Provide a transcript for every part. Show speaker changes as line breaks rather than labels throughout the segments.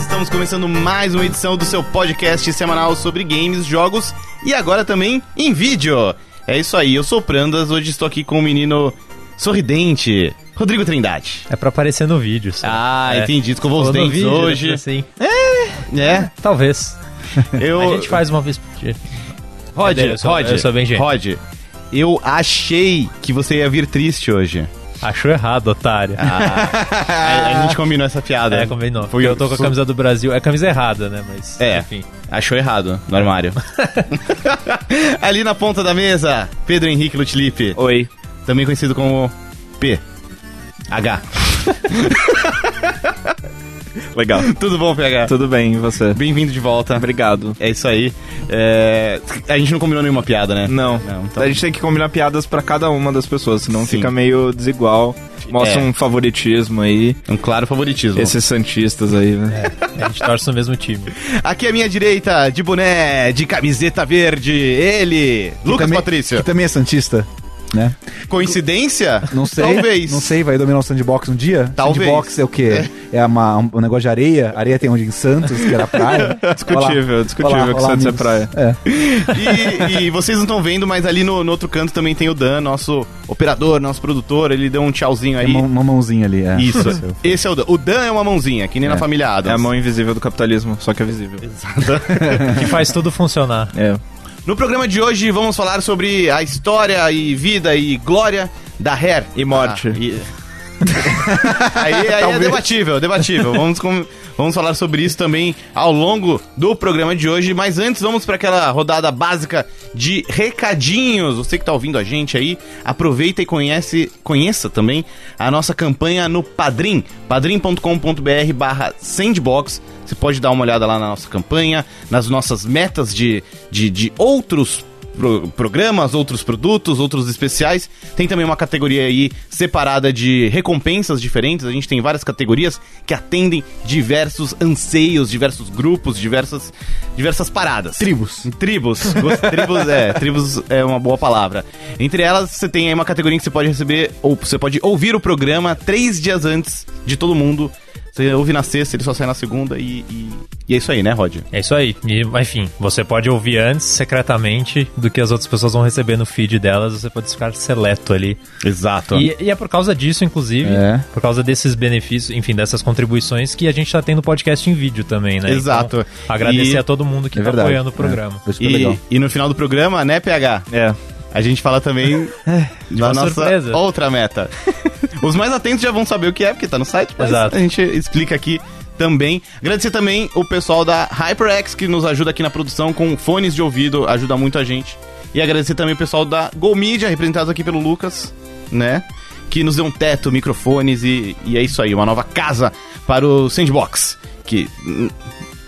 Estamos começando mais uma edição do seu podcast semanal sobre games, jogos e agora também em vídeo. É isso aí, eu sou o Prandas, hoje estou aqui com o menino sorridente, Rodrigo Trindade.
É pra aparecer no vídeo. Só.
Ah,
é.
entendi, escovou os
Ou no
dentes
vídeo,
hoje.
Assim.
É,
Talvez.
eu...
A gente faz uma vez por dia.
Rod,
Cadê? Eu sou-
Rod,
eu sou bem gente.
Rod, eu achei que você ia vir triste hoje. É,
Achou errado, otário.
Ah, A, a gente combinou essa piada.
Ah. é, combinou.
Foi-
Porque eu tô com a
foi-
camisa do Brasil. É a camisa errada, né? Mas,
É.
enfim.
Achou errado no armário. Ali na ponta da mesa, Pedro Henrique Lutilipe,
Oi.
também conhecido como P. H.
Legal.
Tudo bom, PH?
Tudo bem, e você?
Bem-vindo de volta.
Obrigado.
É isso aí. É, A gente não combinou nenhuma piada, né?
Não.
Não, então-
A gente tem que combinar piadas pra cada uma das pessoas, senão
Sim.
fica meio desigual. Mostra
É.
um favoritismo aí.
Um claro favoritismo.
Esses santistas aí,
É,
né?
A gente torce no mesmo time.
Aqui à minha direita, de boné, de camiseta verde, ele, Lucas
também-
Patrício.
Que também é Santista, né?
Coincidência?
Não sei.
Talvez.
Não sei, vai dominar o sandbox um dia?
Talvez.
Sandbox é o quê? É, uma- um negócio de areia? Areia tem onde? Em Santos, que era praia? Olha lá.
Discutível, discutível
Olha lá,
que
olha lá,
Santos é
amigos.
praia.
É.
E, e vocês não estão vendo, mas ali no, no outro canto também tem o Dan, nosso operador, nosso produtor. Ele deu um tchauzinho aí.
Tem uma, uma mãozinha ali. É.
Isso.
Aconteceu.
Esse é o Dan. O Dan é uma mãozinha, que nem na família
É
Adams.
a mão invisível do capitalismo, só que é visível.
Que faz tudo funcionar.
É.
No programa de hoje vamos falar sobre a história e vida e glória da Hair.
E morte.
Ah, e- aí aí é
Talvez.
debatível, debatível. Vamos, com- vamos falar sobre isso também ao longo do programa de hoje. Mas antes, vamos para aquela rodada básica de recadinhos. Você que está ouvindo a gente aí, aproveita e conhece, conheça também a nossa campanha no Padrim, padrim.com.br barra sandbox. Você pode dar uma olhada lá na nossa campanha, nas nossas metas de, de, de outros pro- programas, outros produtos, outros especiais. Tem também uma categoria aí separada de recompensas diferentes. A gente tem várias categorias que atendem diversos anseios, diversos grupos, diversas, diversas paradas.
Tribos.
Tribos. Gost- tribos, é, tribos é uma boa palavra. Entre elas, você tem aí uma categoria em que você pode receber, ou você pode ouvir o programa três dias antes de todo mundo. Você ouve na sexta, ele só sai na segunda e, e, e é isso aí, né, Rod?
É isso aí. E, enfim, você pode ouvir antes, secretamente, do que as outras pessoas vão receber no feed delas. Você pode ficar seleto ali.
Exato.
E, e é por causa disso, inclusive,
É.
por causa desses benefícios, enfim, dessas contribuições, que a gente tá tendo podcast em vídeo também, né?
Exato.
Então, agradecer
E-
a todo mundo que
É
tá
verdade.
apoiando o programa.
É. Foi super
E,
legal.
e no final do programa, né, PH?
É.
A gente fala também da
É, uma
nossa
surpresa.
outra meta. Os mais atentos já vão saber o que é, porque tá no site, mas
Exato.
a gente explica aqui também. Agradecer também o pessoal da HyperX, que nos ajuda aqui na produção com fones de ouvido, ajuda muito a gente. E agradecer também o pessoal da Go Media, representado aqui pelo Lucas, né? Que nos deu um teto, microfones e, e é isso aí, uma nova casa para o Sandbox, que hum,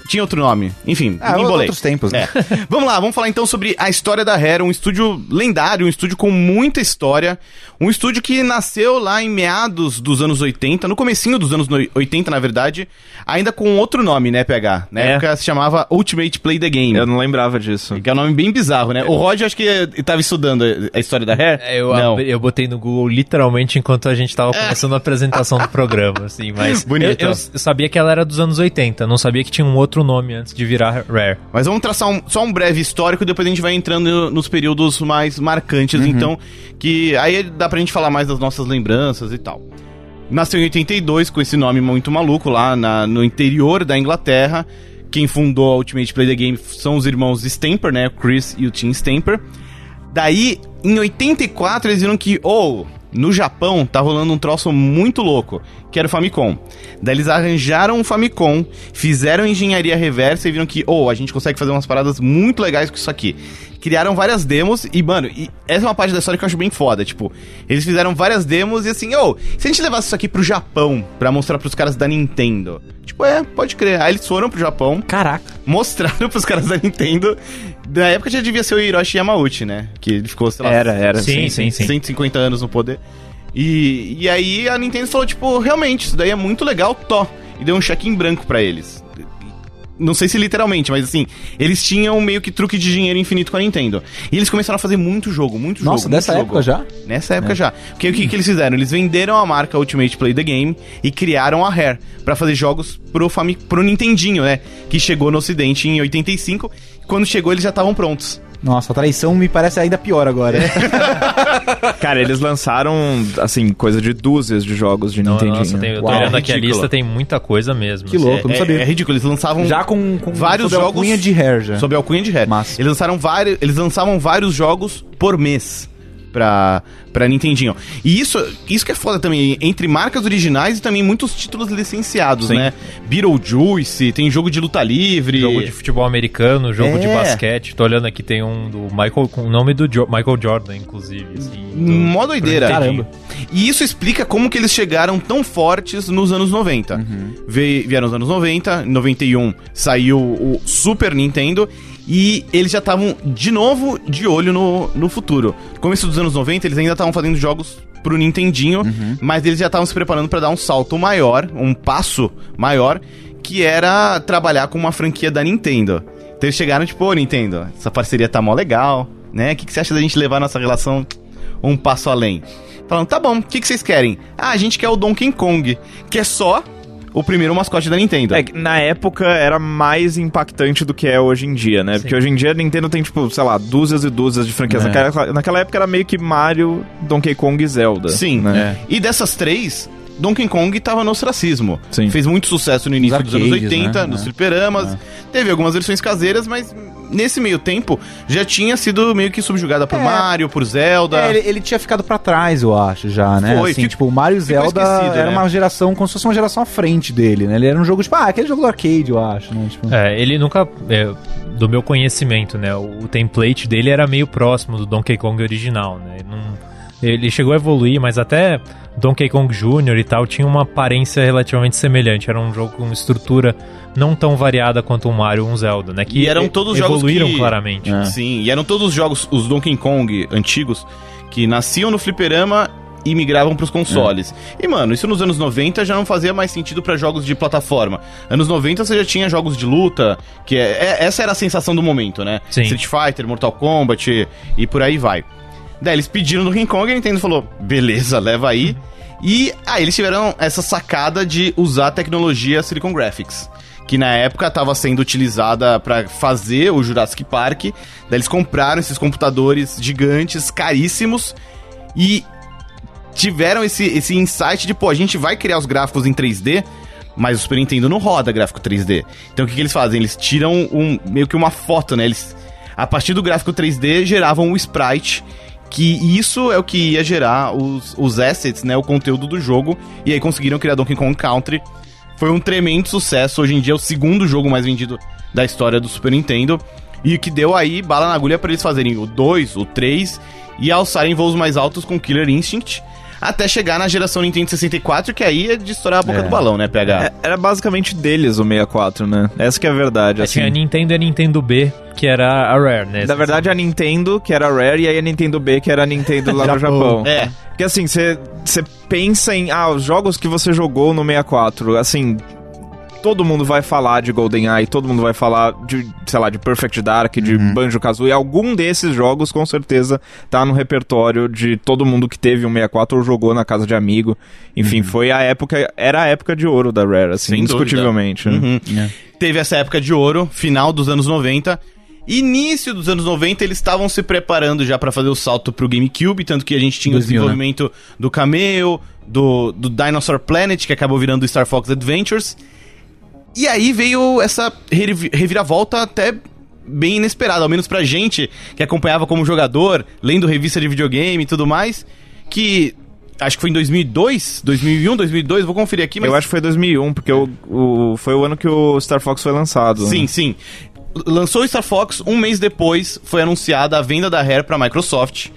tinha outro nome. Enfim,
Ah,
me embolei.
outros tempos, né?
É. Vamos lá, vamos falar então sobre a história da Rare, um estúdio lendário, um estúdio com muita história, um estúdio que nasceu lá em meados dos anos 80, no comecinho dos anos no- 80, na verdade, ainda com outro nome, né, PH? Na
É.
época se chamava Ultimate Play the Game.
Eu não lembrava disso.
Que é um nome bem bizarro, né? O Rod, acho que eh, tava estudando a história da Rare.
É, Eu,
não.
abri- eu botei no Google literalmente enquanto a gente tava começando a apresentação do programa, assim, mas.
Bonito.
Eu, eu s- eu sabia que ela era dos anos 80, não sabia que tinha um outro nome antes de virar Rare.
Mas vamos traçar um- só um breve histórico, depois a gente vai entrando nos períodos mais marcantes, então, que aí dá pra gente falar mais das nossas lembranças e tal. Nasceu em 82, com esse nome muito maluco, lá na- no interior da Inglaterra. Quem fundou a Ultimate Play the Game são os irmãos Stamper, né? O Chris e o Tim Stamper. Daí, em 84, eles viram que, ou, no Japão tá rolando um troço muito louco, que era o Famicom. Daí eles arranjaram um Famicom, fizeram engenharia reversa e viram que, ou, a gente consegue fazer umas paradas muito legais com isso aqui. Criaram várias demos e, mano, e essa é uma parte da história que eu acho bem foda, tipo, eles fizeram várias demos e assim, ou, se a gente levasse isso aqui pro Japão pra mostrar pros caras da Nintendo? Tipo, é, pode crer. Aí eles foram pro Japão,
Caraca.
mostraram pros caras da Nintendo. Na época já devia ser o Hiroshi Yamauchi, né? Que ele ficou, sei lá,
Era, era.
assim,
Sim, sim, sim.
150 anos no poder. E, e aí a Nintendo falou, tipo, realmente, isso daí é muito legal, tó. E deu um cheque em branco pra eles. Não sei se literalmente, mas assim, eles tinham meio que truque de dinheiro infinito com a Nintendo. E eles começaram a fazer muito jogo, muito jogo.
Nossa,
muito
dessa
jogo.
época já?
Nessa
É.
época já. Porque o que, que eles fizeram? Eles venderam a marca Ultimate Play the Game e criaram a Rare pra fazer jogos pro, Fami pro Nintendinho, né? Que chegou no ocidente em 85. Quando chegou, eles já estavam prontos.
Nossa, a traição me parece ainda pior agora.
É,
Cara, eles lançaram, assim, coisa de dúzias de jogos de
Não,
Nintendinho.
Nossa, tem, eu tô
Uau,
olhando aqui a
ridículo.
lista, tem muita coisa mesmo. assim.
Que louco, eu
é,
não sabia.
é ridículo, eles lançavam
já com, com
vários
sob a
jogos-
alcunha de hair já.
sob a alcunha de Rare.
Massa.
Eles lançaram vários, eles lançavam vários jogos por mês pra, pra Nintendinho. E isso, isso que é foda também, entre marcas originais e também muitos títulos licenciados,
Sim.
né? Beetlejuice, tem jogo de luta livre.
Jogo de futebol americano, jogo de
É.
basquete. Tô olhando aqui, tem um do Michael, com o nome do Jo- Michael Jordan, inclusive. Assim, do-
Mó doideira.
pro
Caramba.
Nintendinho.
E isso explica como que eles chegaram tão fortes nos anos 90. Ve- vieram os anos 90, em 91 saiu o Super Nintendo e eles já estavam de novo de olho no, no futuro. No começo dos anos 90, eles ainda estavam fazendo jogos pro Nintendinho, mas eles já estavam se preparando pra dar um salto maior, um passo maior, que era trabalhar com uma franquia da Nintendo. Então eles chegaram tipo, ô Nintendo, essa parceria tá mó legal, né? O que, que você acha da gente levar nossa relação um passo além? Falando, tá bom, o que, que vocês querem? Ah, a gente quer o Donkey Kong, que é só o primeiro mascote da Nintendo.
É, que na época era mais impactante do que é hoje em dia, né? Porque hoje em dia a Nintendo tem, tipo, sei lá, dúzias e dúzias de franquias.
É.
Naquela, naquela época era meio que Mario, Donkey Kong e Zelda.
Sim. é.
Né?
E dessas três, Donkey Kong tava no ostracismo.
Sim.
Fez muito sucesso no início
Nos
dos anos
arcades,
80,
né?
nos
É.
fliperamas. Teve algumas versões caseiras, mas nesse meio tempo já tinha sido meio que subjugada por
É.
Mario, por Zelda.
É, ele, ele tinha ficado pra trás, eu acho, já, né?
Foi,
assim,
fica-
tipo, o Mario
ficou
Zelda
esquecido,
era
né?
uma geração, como se fosse uma geração à frente dele, né? Ele era um jogo, tipo, ah, aquele jogo do arcade, eu acho, né? Tipo,
É, ele nunca. é, do meu conhecimento, né? O, o template dele era meio próximo do Donkey Kong original, né? Ele não- ele chegou a evoluir, mas até Donkey Kong Jr. e tal tinha uma aparência relativamente semelhante. Era um jogo com estrutura não tão variada quanto um Mario ou um Zelda, né? Que
E eram todos
e-
jogos
evoluíram
que-
claramente.
É.
Sim, e eram todos os jogos, os Donkey Kong antigos, que nasciam no fliperama e migravam pros consoles. E, mano, isso nos anos 90 já não fazia mais sentido pra jogos de plataforma. Anos 90 você já tinha jogos de luta, que é, é- essa era a sensação do momento, né?
Sim.
Street Fighter, Mortal Kombat e por aí vai. Daí eles pediram Donkey Kong e a Nintendo falou, beleza, leva aí. E aí eles tiveram essa sacada de usar a tecnologia Silicon Graphics, que na época estava sendo utilizada para fazer o Jurassic Park. Daí eles compraram esses computadores gigantes, caríssimos, e tiveram esse, esse insight de, pô, a gente vai criar os gráficos em 3D, mas o Super Nintendo não roda gráfico 3D. Então o que, que eles fazem? Eles tiram um, meio que uma foto, né? Eles, a partir do gráfico 3D geravam um sprite, que isso é o que ia gerar os, os assets, né? O conteúdo do jogo. E aí conseguiram criar Donkey Kong Country. Foi um tremendo sucesso. Hoje em dia é o segundo jogo mais vendido da história do Super Nintendo. E o que deu aí bala na agulha pra eles fazerem o 2, o 3 e alçarem voos mais altos com Killer Instinct. Até chegar na geração Nintendo 64, que aí é de estourar a boca
É.
do balão, né, PH?
É, era basicamente deles o 64, né? Essa que é a verdade,
É,
assim.
Tinha a Nintendo e a Nintendo B, que era a Rare, né?
Na verdade, a Nintendo, que era a Rare, e aí a Nintendo B, que era a Nintendo lá no
Japão.
Japão.
É,
Porque assim, você pensa em. Ah, os jogos que você jogou no 64, assim. Todo mundo vai falar de GoldenEye, todo mundo vai falar de, sei lá, de Perfect Dark, de
Uhum.
Banjo-Kazooie. Algum desses jogos, com certeza, tá no repertório de todo mundo que teve um 64 ou jogou na casa de amigo. Enfim, foi a época... Era a época de ouro da Rare, assim,
Uhum. Sem dúvida.
indiscutivelmente. né?
Uhum. Teve essa época de ouro, final dos anos 90. Início dos anos 90, eles estavam se preparando já pra fazer o salto pro GameCube, tanto que a gente tinha
2000,
o
né?
desenvolvimento do Cameo, do, do Dinosaur Planet, que acabou virando o Star Fox Adventures. E aí veio essa revi- reviravolta até bem inesperada, ao menos pra gente que acompanhava como jogador, lendo revista de videogame e tudo mais, que acho que foi em 2002, 2001, 2002, vou conferir aqui, mas
Eu acho que foi 2001, porque o, o- foi o ano que o Star Fox foi lançado. né?
Sim, sim. L- Lançou o Star Fox, um mês depois foi anunciada a venda da Rare pra Microsoft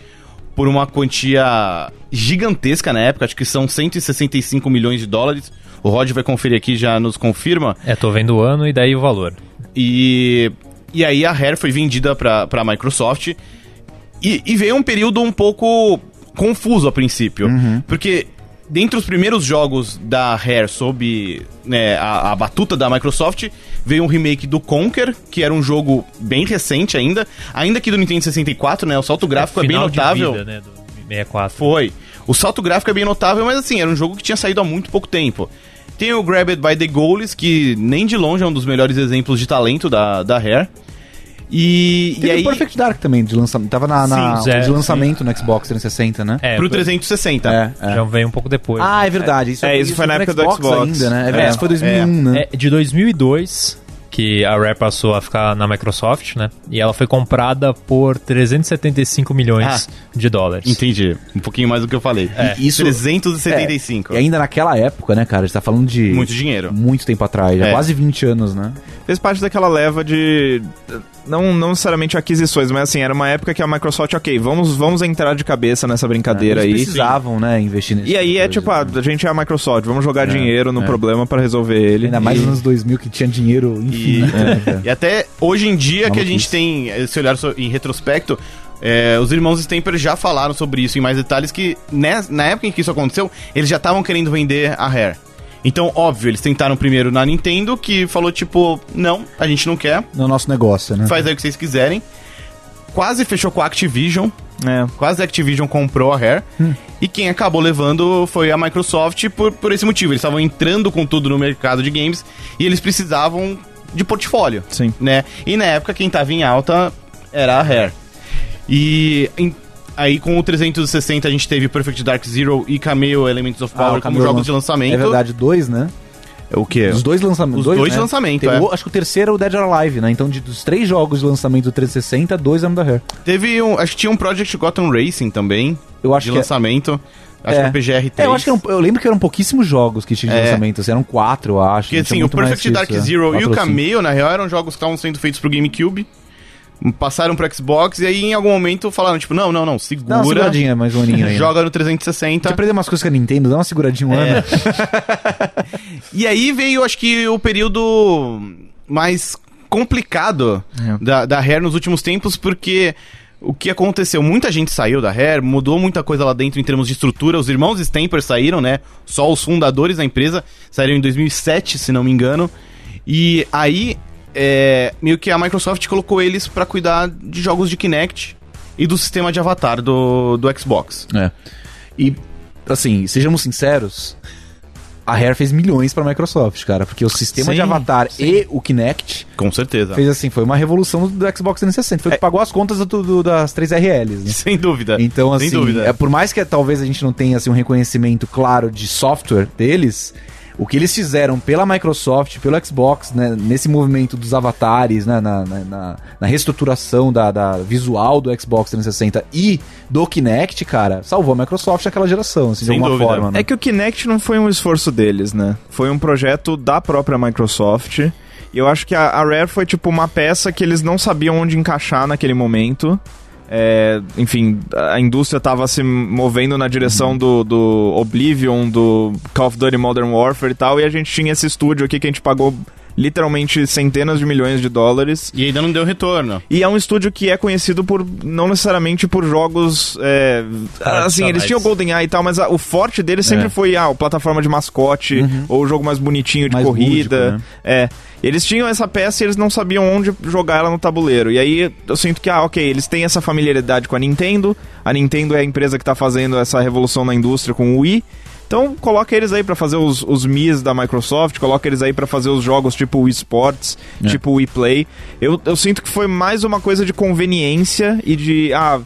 por uma quantia gigantesca na época, acho que são 165 milhões de dólares. O Rod vai conferir aqui, já nos confirma.
É, tô vendo o ano e daí o valor.
E, e aí a Rare foi vendida pra, pra Microsoft. E, e veio um período um pouco confuso a princípio. Porque dentre os primeiros jogos da Rare sob né, a, a batuta da Microsoft, veio um remake do Conker, que era um jogo bem recente ainda, ainda que do Nintendo 64, né? O salto gráfico é, bem
Final de
notável.
vida, né, do 64.
Foi. O salto gráfico é bem notável, mas assim, era um jogo que tinha saído há muito pouco tempo. Tem o Grabbed by the Goalies, que nem de longe é um dos melhores exemplos de talento da, da Rare. E, e
Teve
aí,
o Perfect Dark também, de lançamento. Tava na, na-
Sim, Zé,
de
sim.
lançamento no Xbox 360, né?
É,
pro
foi-
360.
é.
Já veio um pouco depois.
Ah, é verdade. Isso,
É, isso foi na
no
época do Xbox.
ainda, né? É
É,
verdade, isso foi 2001, né?
É de 2002 que a Rare passou a ficar na Microsoft, né? E ela foi comprada por 375 milhões de dólares.
Ah. Entendi. Um pouquinho mais do que eu falei. É.
E isso- é,
375.
E ainda naquela época, né, cara? A gente tá falando de
É. Muito dinheiro.
muito tempo atrás, já
É.
quase 20 anos, né?
Fez parte daquela leva de. Não, não necessariamente aquisições, mas assim, era uma época que a Microsoft, ok, vamos, vamos entrar de cabeça nessa brincadeira
Eles
aí.
precisavam, né, investir nesse
E aí é
tipo de
tipo,
coisa,
ah,
né?
a gente é a Microsoft, vamos jogar dinheiro no problema pra resolver ele.
Ainda mais
E-
nos anos 2000 que tinha dinheiro
E, é.
infinito, né, cara?
e até hoje em dia que a gente
Maluquice.
tem, se olhar so- em retrospecto, é, os irmãos Stemper já falaram sobre isso em mais detalhes, que nes- na época em que isso aconteceu, eles já estavam querendo vender a Rare. Então, óbvio, eles tentaram primeiro na Nintendo, que falou tipo, não, a gente não quer,
No nosso negócio, né?
faz aí o que vocês quiserem. Quase fechou com a Activision,
É.
quase a Activision comprou a Rare.
Hum.
E quem acabou levando foi a Microsoft por, por esse motivo. Eles estavam entrando com tudo no mercado de games e eles precisavam de portfólio.
Sim.
Né? E na época quem tava em alta era a Rare. E em- aí com o 360 a gente teve Perfect Dark Zero e Cameo Elements of
Ah, o
Power como
Cameo
jogos
lan-
de lançamento.
É verdade, dois, né?
O quê?
Os dois lançamentos.
Os dois lançamento,
Tem
é.
o- Acho que o terceiro é o Dead or Alive, né? Então, de, dos três jogos de lançamento do 360, dois é da Rare.
Teve um, acho que tinha um Project Gotham Racing também
Eu acho
de
que é-
lançamento. Acho
É.
que o PGR3.
É, eu acho que eram, eu lembro que eram pouquíssimos jogos que tinham de
É.
lançamento, assim, eram quatro, eu acho.
Porque
não tinha
assim, o
muito mais
Perfect
que
Dark
isso, é.
Zero e
Quatro
o
ou cinco.
Cameo, na real, eram jogos que estavam sendo feitos pro GameCube. Passaram pro Xbox e aí em algum momento falaram, tipo, não, não, não, segura.
Dá uma seguradinha, mais um aninho aí. né?
joga É. no
Quer
360.
aprender umas coisas com a Nintendo, dá uma seguradinha um ano.
E aí veio, acho que, o período mais complicado da, da Rare nos últimos tempos, porque o que aconteceu? Muita gente saiu da Rare, mudou muita coisa lá dentro em termos de estrutura. Os irmãos Stamper saíram, né? Só os fundadores da empresa saíram em 2007, se não me engano. E aí, é, meio que a Microsoft colocou eles pra cuidar de jogos de Kinect e do sistema de avatar do, do Xbox.
É. E, assim, sejamos sinceros, a Rare fez milhões pra Microsoft, cara, porque o sistema
Sim,
de Avatar e o Kinect
Com certeza.
fez assim, foi uma revolução do Xbox 360,
É.
foi o que pagou as contas do, do- das 3RLs, né?
Sem dúvida.
Então,
Sem
assim,
dúvida.
é, por mais que talvez a gente não tenha assim, um reconhecimento claro de software deles, o que eles fizeram pela Microsoft, pelo Xbox, né, nesse movimento dos avatares, né, na, na- na- na reestruturação da, da visual do Xbox 360 e do Kinect, cara, salvou a Microsoft naquela geração, assim, de
Sem
alguma
dúvida.
forma. Né?
É que o Kinect não foi um esforço deles, né? Foi um projeto da própria Microsoft. E eu acho que a, a Rare foi tipo uma peça que eles não sabiam onde encaixar naquele momento. É, enfim, a indústria tava se movendo na direção do, do Oblivion, do Call of Duty Modern Warfare e tal, e a gente tinha esse estúdio aqui que a gente pagou literalmente centenas de milhões de dólares.
E ainda não deu retorno.
E é um estúdio que é conhecido por não necessariamente por jogos. é, assim, eles tinham GoldenEye e tal, mas a- o forte deles sempre
É. Uhum.
foi ah, o plataforma de mascote, ou o jogo mais bonitinho de
Mais
corrida.
lúdico, né?
É. Eles tinham essa peça e eles não sabiam onde jogar ela no tabuleiro. E aí eu sinto que, ah, ok, eles têm essa familiaridade com a Nintendo. A Nintendo é a empresa que tá fazendo essa revolução na indústria com o Wii. Então coloca eles aí pra fazer os, os Miis da Microsoft, coloca eles aí pra fazer os jogos tipo Wii Sports,
É.
tipo Wii Play. Eu, eu sinto que foi mais uma coisa de conveniência e de. Ah,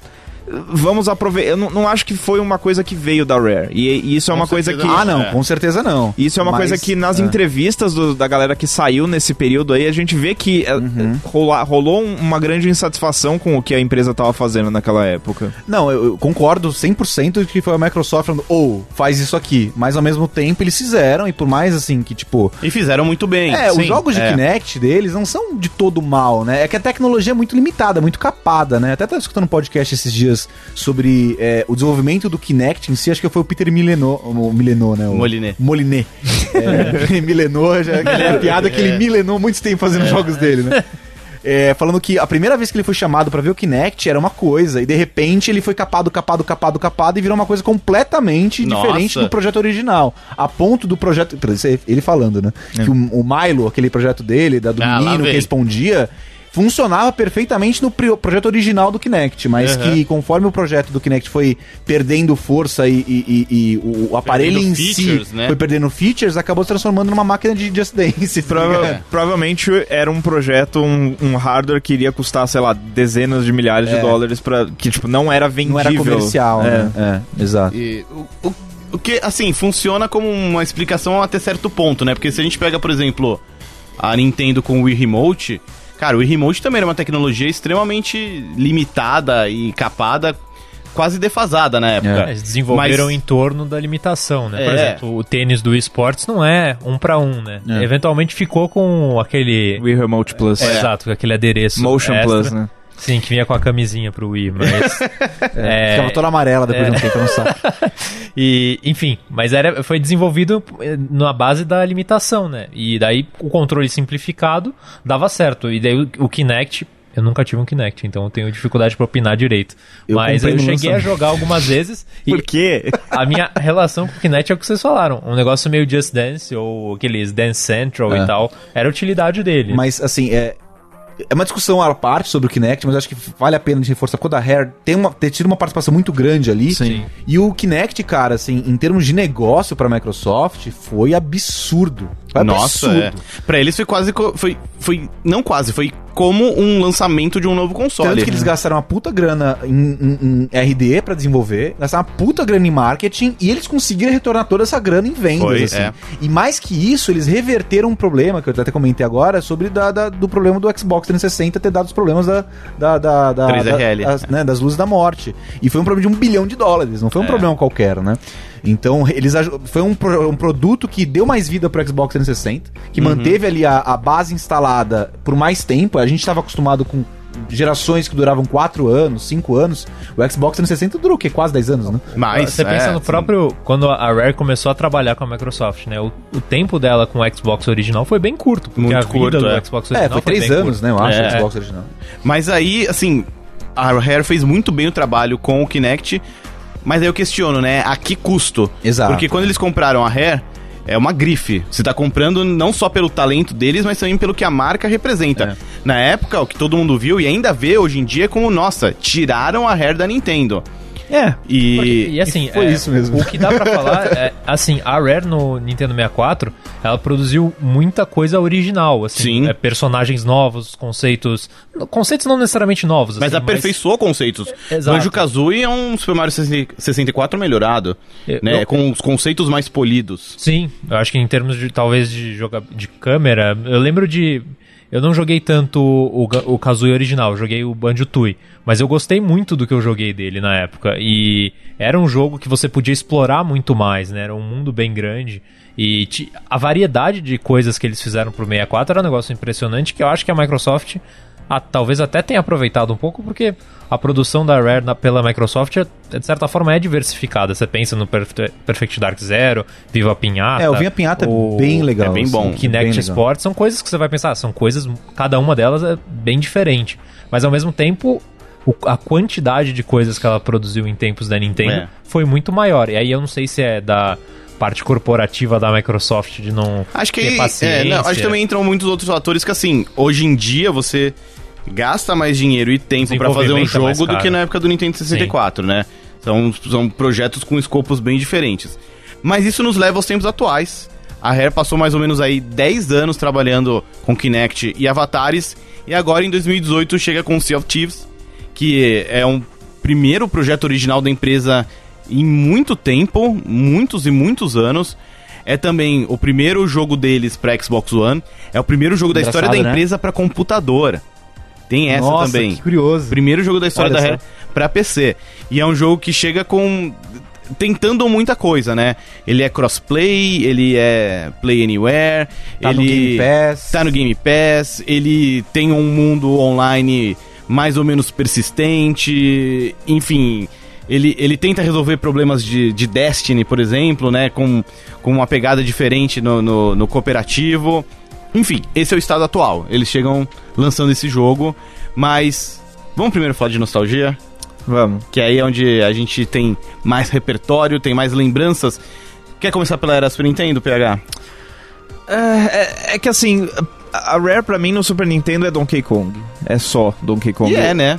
vamos aproveitar. Eu não, não acho que foi uma coisa que veio da Rare. E, e isso é
Com
uma coisa que.
certeza.
Ah, não,
É.
com certeza não.
Isso é uma
Mas-
coisa que nas
é.
entrevistas do- da galera que saiu nesse período aí, a gente vê que é,
Uhum.
rola- rolou um- uma grande insatisfação com o que a empresa tava fazendo naquela época.
Não, eu, eu concordo 100% de que foi a Microsoft falando, ou faz isso aqui. Mas ao mesmo tempo eles fizeram, e por mais assim que, tipo,
E fizeram muito bem.
É,
sim.
os jogos de
É.
Kinect deles não são de todo mal, né? É que a tecnologia é muito limitada, muito capada, né? Até tava escutando um podcast esses dias sobre é, o desenvolvimento do Kinect em si, acho que foi o Peter Milenot, o Milenot, né? O
Molinet.
Molinet.
É.
É, Milenot, já, aquela piada que ele milenou muito tempo fazendo jogos dele, né? é, falando que a primeira vez que ele foi chamado pra ver o Kinect era uma coisa, e de repente ele foi capado, capado, capado, capado, e virou uma coisa completamente
Nossa.
diferente do projeto original. A ponto do projeto. pra dizer, Ele falando, né? Que o, o Milo, aquele projeto dele, da, do
É. Ah, lá
menino que
vem.
respondia. Funcionava perfeitamente no pri- projeto original do Kinect, mas
Aham.
que conforme o projeto do Kinect foi perdendo força e, e- e- e o, o aparelho
Perdendo
em
features,
si
né?
foi perdendo features, acabou se transformando numa máquina de Just Dance. tá
Prova-
ligado?
Provavelmente era um projeto, um, um hardware que iria custar, sei lá, dezenas de milhares de dólares para que tipo É. não era vendível.
Não era comercial,
É.
né? É, exato.
E o, o, o que, assim, funciona como uma explicação até certo ponto, né? Porque se a gente pega, por exemplo, a Nintendo com o Wii Remote, cara, o Wii Remote também era uma tecnologia extremamente limitada e capada, quase defasada na época.
É, Eles desenvolveram
Mas-
em torno da limitação, né? Por
É.
exemplo, o tênis do esportes não é um pra um, né?
É.
Eventualmente ficou com aquele.
Wii Remote Plus.
É.
Exato, com aquele adereço.
Motion
extra.
Plus, né?
Sim, que vinha com a camisinha pro Wii, mas.
É, Ficava toda amarela depois
é.
de um tempo, eu não sabe.
E, enfim, mas era, foi desenvolvido eh, na base da limitação, né? E daí o controle simplificado dava certo. E daí o, o Kinect. Eu nunca tive um Kinect, então eu tenho dificuldade pra opinar direito.
Eu
mas
comprei
eu
no
cheguei a
lançamento.
jogar algumas vezes e
Por quê?
a minha relação com o Kinect é o que vocês falaram. Um negócio meio Just Dance ou aqueles Dance Central
É.
e tal. Era a utilidade dele.
Mas, assim, é... É uma discussão à parte sobre o Kinect, mas acho que vale a pena de reforçar, porque o da Hair tem uma, ter tido uma participação muito grande ali.
Sim.
E o Kinect, cara, assim, em termos de negócio pra Microsoft, foi absurdo. Foi
Nossa, é.
um absurdo.
Pra eles foi quase. co- Foi, foi. Não quase, foi como um lançamento de um novo console.
Tanto que eles gastaram uma puta grana em, em- em RD pra desenvolver, gastaram uma puta grana em marketing e eles conseguiram retornar toda essa grana em vendas.
Foi,
assim.
é.
E mais que isso, eles reverteram um problema, que eu até comentei agora, sobre da- da- do problema do Xbox 360 ter dado os problemas da, da, da, da-
3RL.
da- as- né, das luzes da morte. E foi um problema de um bilhão de dólares, não foi
É.
um problema qualquer, né? Então, eles aj- foi um, pro- um produto que deu mais vida pro Xbox 360, que
Uhum.
manteve ali a, a base instalada por mais tempo. A gente estava acostumado com gerações que duravam 4 anos, 5 anos. O Xbox 360 durou o quê? Quase 10 anos, né?
Mas.
Você pensa
é,
no
sim.
próprio. Quando a Rare começou a trabalhar com a Microsoft, né? O, o tempo dela com o Xbox original foi bem curto. Porque
Muito
a vida
curto,
do
é.
Xbox original
É, foi
bem
3 anos,
curta.
né? Eu acho,
É.
o Xbox original.
Mas aí, assim, a Rare fez muito bem o trabalho com o Kinect. Mas aí eu questiono, né? A que custo?
Exato.
Porque quando eles compraram a Rare, é uma grife. Você tá comprando não só pelo talento deles, mas também pelo que a marca representa.
É.
Na época, o que todo mundo viu e ainda vê hoje em dia é como, nossa, tiraram a Rare da Nintendo.
É.
E.
Porque- e assim,
foi
é,
isso mesmo.
o que dá pra falar é, assim, a Rare no Nintendo 64, ela produziu muita coisa original, assim,
Sim.
é, personagens novos, conceitos, conceitos não necessariamente novos,
Mas
assim,
aperfeiçoou conceitos.
Exato.
Banjo Kazooie é um Super Mario 60 64 melhorado.
Eu-
né?
eu-
Com os conceitos mais polidos.
Sim, eu acho que em termos de talvez de joga de câmera, eu lembro de eu não joguei tanto o, Ga- o Kazooie original, eu joguei o Banjo-Tooie, mas eu gostei muito do que eu joguei dele na época e era um jogo que você podia explorar muito mais, né? Era um mundo bem grande e ti- a variedade de coisas que eles fizeram pro 64 era um negócio impressionante que eu acho que a Microsoft ah, talvez até tenha aproveitado um pouco, porque a produção da Rare na- pela Microsoft, é, de certa forma, é diversificada. Você pensa no Perf- Perfect Dark Zero, Viva Pinhata.
É, eu vi a Pinhata
o-
bem legal.
Ah, tá. é bem bom.
assim,
O Kinect
bem legal.
Sports são coisas que você vai pensar, são coisas, cada uma delas é bem diferente. Mas ao mesmo tempo, o- a quantidade de coisas que ela produziu em tempos da Nintendo
É.
foi muito maior. E aí eu não sei se é da parte corporativa da Microsoft de não
Acho que
ter
aí, é,
paciência.
não, acho que também entram muitos outros fatores que assim, hoje em dia você gasta mais dinheiro e tempo pra fazer um
Desenvolvimento é mais
jogo do
caro.
que na época do Nintendo 64, né? São, são projetos com escopos bem diferentes. Mas isso nos leva aos tempos atuais. A Rare passou mais ou menos aí 10 anos trabalhando com Kinect e avatares e agora em 2018 chega com Sea of Thieves, que é um primeiro projeto original da empresa em muito tempo, muitos e muitos anos. É também o primeiro jogo deles para Xbox One. É o primeiro jogo da
Engraçado,
história da
né?
empresa pra para computador. Tem essa
Nossa,
também.
que curioso.
Primeiro jogo da história
Olha
da
só.
Rare pra PC. E é um jogo que chega com. tentando muita coisa, né? Ele é crossplay, ele é Play Anywhere,
Tá
ele
no Game Pass.
tá no Game Pass, ele tem um mundo online mais ou menos persistente, enfim. Ele, ele tenta resolver problemas de, de Destiny, por exemplo, né? Com, com uma pegada diferente no, no, no cooperativo. Enfim, esse é o estado atual. Eles chegam lançando esse jogo, mas vamos primeiro falar de nostalgia,
Vamos.
que aí é onde a gente tem mais repertório, tem mais lembranças. Quer começar pela era Super Nintendo, PH?
É, é- é que assim, a a Rare pra mim no Super Nintendo é Donkey Kong. É só Donkey Kong.
E é, né?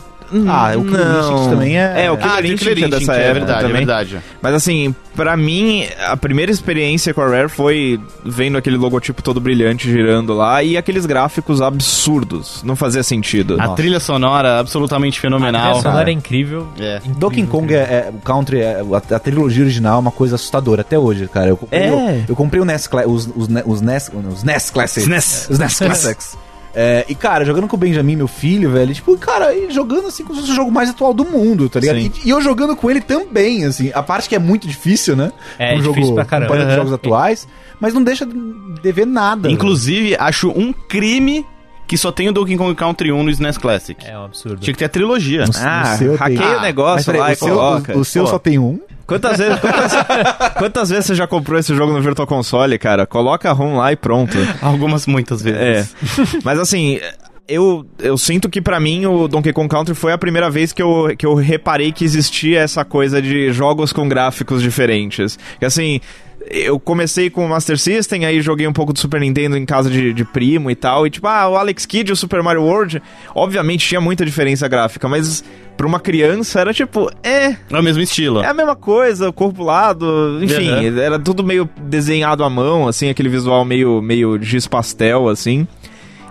Ah, o Killer
Não.
Instinct também é.
É, o
Ah,
Killer
Link
Instinct é dessa
é,
época
verdade, é
também.
verdade.
Mas assim, pra mim, a primeira experiência com a Rare foi vendo aquele logotipo todo brilhante girando lá e aqueles gráficos absurdos. Não fazia sentido.
A
Nossa.
trilha sonora absolutamente
A
fenomenal.
trilha sonora
cara.
é incrível.
É.
incrível,
Donkey Kong é, é- o Country, é- a, a trilogia original é uma coisa assustadora até hoje, cara. Eu comprei,
É.
eu, eu comprei o NES, Cla- os, os, Ne- os NES, os NES Classics.
SNES.
Os NES Classics. É, e, cara, jogando com o Benjamin, meu filho, velho, tipo, cara, e jogando assim como se fosse o jogo mais atual do mundo, tá ligado?
Sim.
E, e eu jogando com ele também, assim. A parte que é muito difícil, né?
É,
Um
difícil pra caramba.
comparando
Uhum.
jogos atuais, mas não deixa de ver nada.
Inclusive, acho um crime que só tem o Donkey Kong Country 1 no SNES Classic.
É um absurdo.
Tinha que ter a trilogia.
Ah,
No seu tem.
hackeia
Ah,
o
Mas,
negócio
peraí,
lá e
o seu,
coloca.
o, o seu
Pô,
só tem um?
Quantas vezes, quantas, quantas vezes você já comprou esse jogo no Virtual Console, cara? Coloca a ROM lá e pronto.
Algumas, muitas
É.
vezes.
Mas assim, eu, eu sinto que pra mim o Donkey Kong Country foi a primeira vez que eu, que eu reparei que existia essa coisa de jogos com gráficos diferentes. Que assim. Eu comecei com o Master System, aí joguei um pouco do Super Nintendo em casa de, de primo e tal. E tipo, ah, o Alex Kidd e o Super Mario World, obviamente tinha muita diferença gráfica, mas pra uma criança era tipo, é,
É, o mesmo estilo.
é a mesma coisa, o corpo lado, enfim,
Uhum.
era tudo meio desenhado à mão, assim, aquele visual meio, meio giz pastel, assim.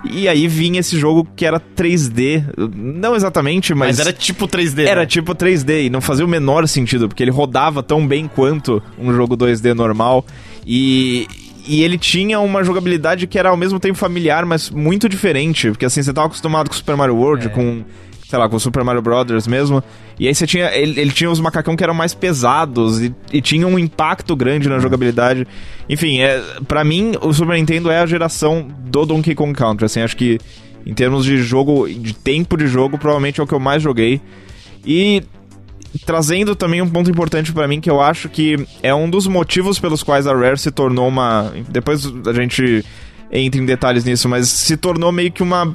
E aí vinha esse jogo que era 3D, não exatamente, mas,
mas, era tipo 3D. né?
era tipo 3D e não fazia o menor sentido, porque ele rodava tão bem quanto um jogo 2D normal e e ele tinha uma jogabilidade que era ao mesmo tempo familiar, mas muito diferente, porque assim você tava acostumado com Super Mario World,
É.
com sei lá, com Super Mario Brothers mesmo. E aí você tinha ele, ele tinha os macacão que eram mais pesados e, e tinha um impacto grande na jogabilidade. Enfim, é para mim o Super Nintendo é a geração do Donkey Kong Country, assim, acho que em termos de jogo, de tempo de jogo, provavelmente é o que eu mais joguei. E trazendo também um ponto importante pra mim que eu acho que é um dos motivos pelos quais a Rare se tornou uma, depois a gente entra em detalhes nisso, mas se tornou meio que uma